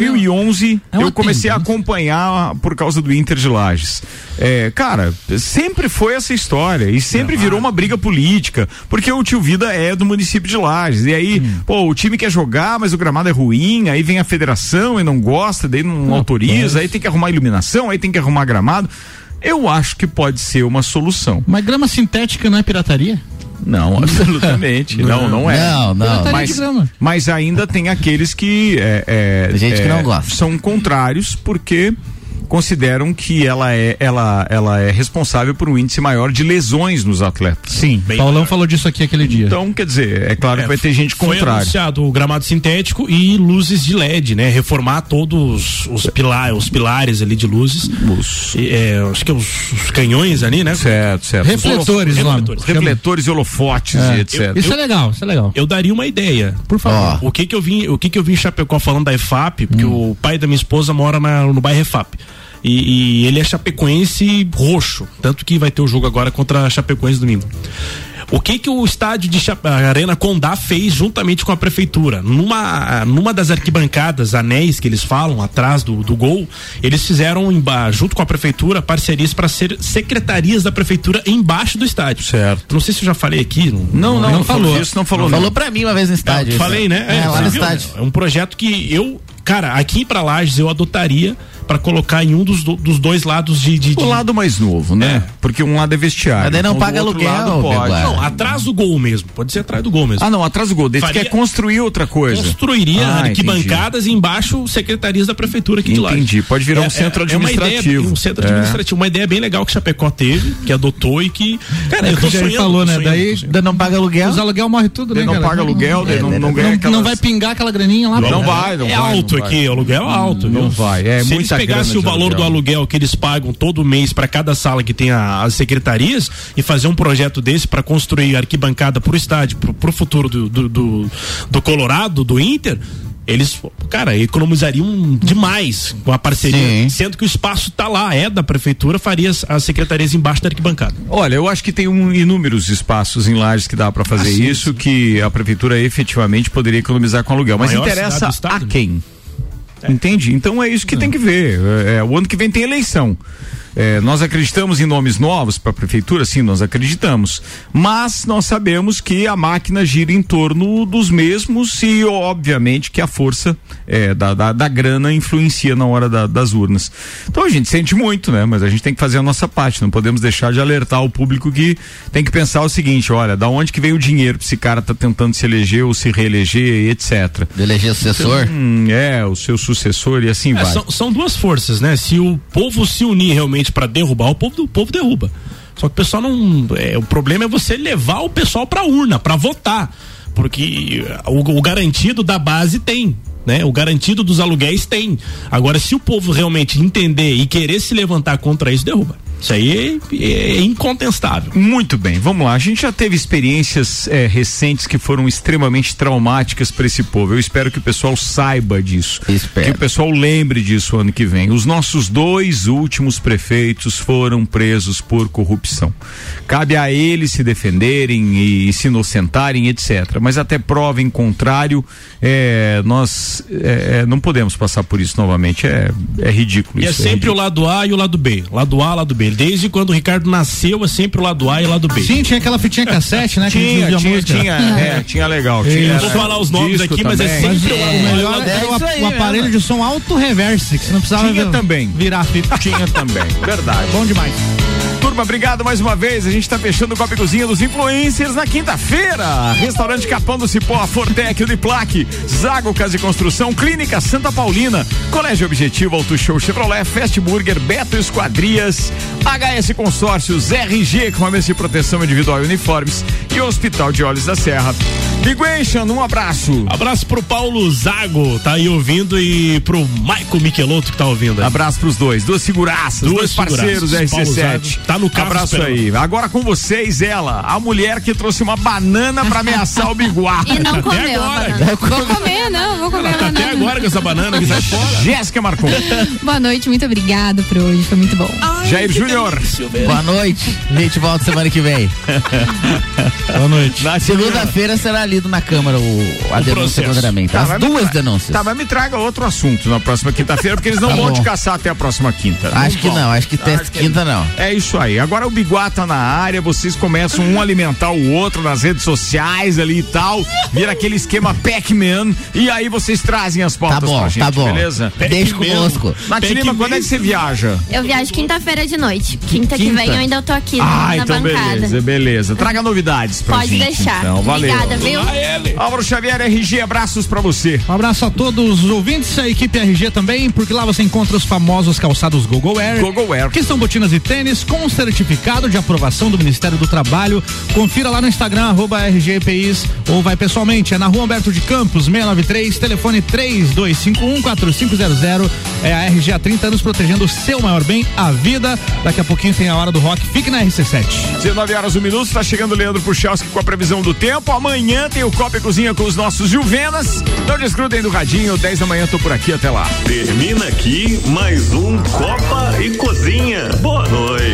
A: 2011 eu comecei a acompanhar por causa do Inter de Lages. É, cara, sempre foi essa história e sempre virou uma briga política, porque o tio Vida é do município de Lages. E aí, pô, o time quer jogar, mas o gramado é ruim, aí vem a federação e não gosta, daí não autoriza, aí tem que arrumar iluminação, aí tem que arrumar gramado. Eu acho que pode ser uma solução.
C: Mas grama sintética não é pirataria?
A: Não, absolutamente. não, não é.
C: Não, não. Pirataria de
A: Mas,
C: grama.
A: mas ainda tem aqueles que. É, é,
G: gente
A: é,
G: que não gosta.
A: São contrários porque consideram que ela é, ela, ela é responsável por um índice maior de lesões nos atletas.
C: Sim. Paulão falou disso aqui aquele dia.
A: Então, quer dizer, é claro que vai ter gente
E: né? Foi
A: contrária.
E: anunciado o gramado sintético e luzes de LED, né? Reformar todos os, pila- os pilares ali de luzes. E, é, acho que é os, os canhões ali, né?
A: Certo, certo.
E: Refletores,
A: refletores, refletores e holofotes e etc.
E: legal, isso é legal. Eu daria uma ideia. Por favor. O que que eu vim, o que que eu vim em Chapecó falando da EFAP, porque
A: Hum.
E: o pai da minha esposa mora na- no bairro EFAP. E, e ele é chapecoense roxo, tanto que vai ter o jogo agora contra a Chapecoense domingo. O que que o estádio de Chape- a Arena Condá fez juntamente com a prefeitura? Numa, numa das arquibancadas, anéis que eles falam, atrás do, do gol, eles fizeram emba- junto com a prefeitura parcerias para ser secretarias da prefeitura embaixo do estádio. Certo. Não sei se eu já falei aqui.
A: Não, não, não falou. Isso não falou, não.
G: Falou pra mim uma vez no estádio.
E: Eu falei, né?
G: É, lá
E: você
G: no
E: viu,
G: estádio.
E: né? É um projeto que eu, cara, aqui pra Lages eu adotaria pra colocar em um dos, do- dos dois lados de, de, de-
A: O lado mais novo, né? Porque um lado é vestiário.
E: Mas daí não
A: então do
E: paga
A: outro
E: aluguel,
A: lado pode.
E: Beguara. Não, atrás do gol mesmo. Pode ser atrás do gol mesmo.
A: Ah, não, atrás do gol. Daí tu
E: Faria-
A: quer construir outra coisa.
E: Construiria
A: Ah,
E: arquibancadas e embaixo secretarias da prefeitura aqui de Lages.
A: Entendi. Pode virar um centro
E: É uma ideia,
A: administrativo.
E: um centro
A: É.
E: administrativo. Uma ideia bem legal que Chapecó teve, que adotou e que.
A: é
E: Cara, eu tô sonhando.
C: falou,
E: tô
C: né?
E: sonhando,
C: Daí
E: tô sonhando.
C: não paga aluguel. Os aluguel morre tudo,
E: Daí
C: né?
E: não
C: cara?
E: paga aluguel, daí não- não
C: não,
E: ganha aquelas-
C: não vai pingar aquela graninha lá.
E: Não
C: pra-
E: vai, não vai. É alto aqui, o aluguel é alto.
A: Não vai, é
E: Se eles
A: muita
E: pegassem
A: grana
E: o
A: de
E: valor
A: aluguel.
E: do aluguel que eles pagam todo mês para cada sala que tem a- as secretarias e fazer um projeto desse para construir arquibancada pro estádio, pro, pro futuro do, do, do, do Colorado, do Inter. Eles, cara, economizariam demais com a parceria, sendo que o espaço tá lá, é da prefeitura, faria as, as secretarias embaixo da arquibancada.
A: Olha, eu acho que tem um, inúmeros espaços em lajes que dá para fazer
E: Ah, sim,
A: isso, que a prefeitura efetivamente poderia economizar com aluguel. Mas
E: Maior
A: interessa
E: cidade do estado, né?
A: a quem? Entende? Então é isso que tem que ver. É, é, o ano que vem tem eleição. É, nós acreditamos em nomes novos para a prefeitura, sim, nós acreditamos. Mas nós sabemos que a máquina gira em torno dos mesmos e, obviamente, que a força é, da, da, da grana influencia na hora da- das urnas. Então a gente sente muito, né? Mas a gente tem que fazer a nossa parte. Não podemos deixar de alertar o público que tem que pensar o seguinte: olha, da onde que vem o dinheiro pra esse cara tá tentando se eleger ou se reeleger, etc.
G: Eleger sucessor?
A: Hum, é, o seu sucessor e assim
E: É,
A: vai.
E: são, são duas forças, né? Se o povo se unir realmente pra derrubar, o povo, o povo derruba. Só que o pessoal não. é, o problema é você levar o pessoal pra urna, pra votar. Porque eh, o, o garantido da base tem. Né? O garantido dos aluguéis tem. Agora, se o povo realmente entender e querer se levantar contra isso, derruba. Isso aí é incontestável.
A: Muito bem, vamos lá. A gente já teve experiências eh, recentes que foram extremamente traumáticas para esse povo. Eu espero que o pessoal saiba disso. Que o pessoal lembre disso ano que vem. Os nossos dois últimos prefeitos foram presos por corrupção. Cabe a eles se defenderem e, se inocentarem, etc. Mas até prova em contrário, eh, nós eh, eh, não podemos passar por isso novamente. É, é ridículo
E: E é
A: isso.
E: sempre o lado A e o lado B. Lado A, lado B. Desde quando o Ricardo nasceu, é sempre o lado A e o lado B.
C: Sim, tinha aquela fitinha cassete, né? que a gente
A: Tinha,
C: ouvia
A: tinha,
C: música.
A: tinha, é, tinha legal.
C: Isso.
A: Tinha,
E: Não vou falar os nomes
A: disco
E: aqui, mas é
A: também.
E: sempre
A: Mas,
E: o
A: é,
C: Melhor era o,
A: isso aí
E: né,
C: o
A: mesmo.
C: aparelho de som auto-reverse, que você não precisava
A: Tinha
C: ver-
A: também.
C: virar a fita.
A: Tinha também, verdade.
C: Bom demais.
A: Turma, obrigado mais uma vez. A gente tá fechando o Copa e Cozinha dos Influencers na quinta-feira. Restaurante Capão do Cipó, Fortec, Uniplaque, Zago Casa e Construção, Clínica Santa Paulina, Colégio Objetivo, Auto Show Chevrolet, Fast Burger, Beto Esquadrias, HS Consórcios, RG, Equipamentos de Proteção Individual e Uniformes e Hospital de Olhos da Serra. Biguenchando, um abraço.
E: Abraço pro Paulo Zago, tá aí ouvindo, e pro Michael Michelotto que tá ouvindo. Aí.
A: Abraço pros dois, duas figuraças,
E: Duas
A: dois parceiros
E: figuraças. Paulo
A: RC7.
E: Zago tá no carro
A: Abraço
E: esperando.
A: aí. Agora com vocês, ela, a mulher que trouxe uma banana pra ameaçar o biguá.
D: E não comeu a banana. Vou comer, não, vou comer a
E: Até
D: banana.
E: agora com essa banana que sai fora.
A: Jéssica marcou.
D: Boa noite, muito obrigado por hoje, foi muito bom.
A: Jair Júnior.
G: Boa noite. A gente volta semana que vem.
E: Boa noite.
G: Segunda-feira será lido na Câmara o, a denúncia
A: processo.
G: contra mim.
A: Tá,
G: As
A: mas me
G: duas
A: tra-
G: denúncias.
A: Tá, mas me traga outro assunto na próxima quinta-feira, porque eles não
G: Tá
A: vão
G: bom.
A: te caçar até a próxima quinta.
G: Acho que
A: vão.
G: não, acho que até quinta não.
A: É isso aí. Agora o Biguá tá na área, vocês começam um a alimentar o outro nas redes sociais ali e tal. Vira aquele esquema Pac-Man. E aí vocês trazem as pautas
G: bom,
A: pra gente,
G: tá bom.
A: beleza?
G: Deixa Pac-Man. conosco.
A: Nath Lima, quando é que você viaja?
F: Eu viajo quinta-feira de noite. Quinta, que
A: Quinta?
F: vem eu ainda tô aqui
A: Ah,
F: na
A: então
F: bancada.
A: beleza, beleza. Traga novidades pra
F: Pode
A: gente.
F: deixar.
A: Então, valeu.
F: Obrigada, viu? Lá
A: Álvaro Xavier, RG, abraços pra você.
C: Um abraço a todos os ouvintes, a equipe RG também, porque lá você encontra os famosos calçados Google Air.
A: Google Air.
C: Que são botinas e tênis com certificado de aprovação do Ministério do Trabalho. Confira lá no Instagram, arroba RGPIs, ou vai pessoalmente. É na rua Humberto de Campos, 693, telefone 32514500. É a RG há 30 anos protegendo o seu maior bem, a vida. Daqui a pouquinho tem a hora do rock. Fique na RC7.
A: 19 horas, um minuto, tá chegando o Leandro Puchalski com a previsão do tempo. Amanhã tem o Copa e Cozinha com os nossos Juvenas. Não desgrudem do radinho, 10 da manhã eu tô por aqui, até lá.
B: Termina aqui mais um Copa e Cozinha. Boa noite.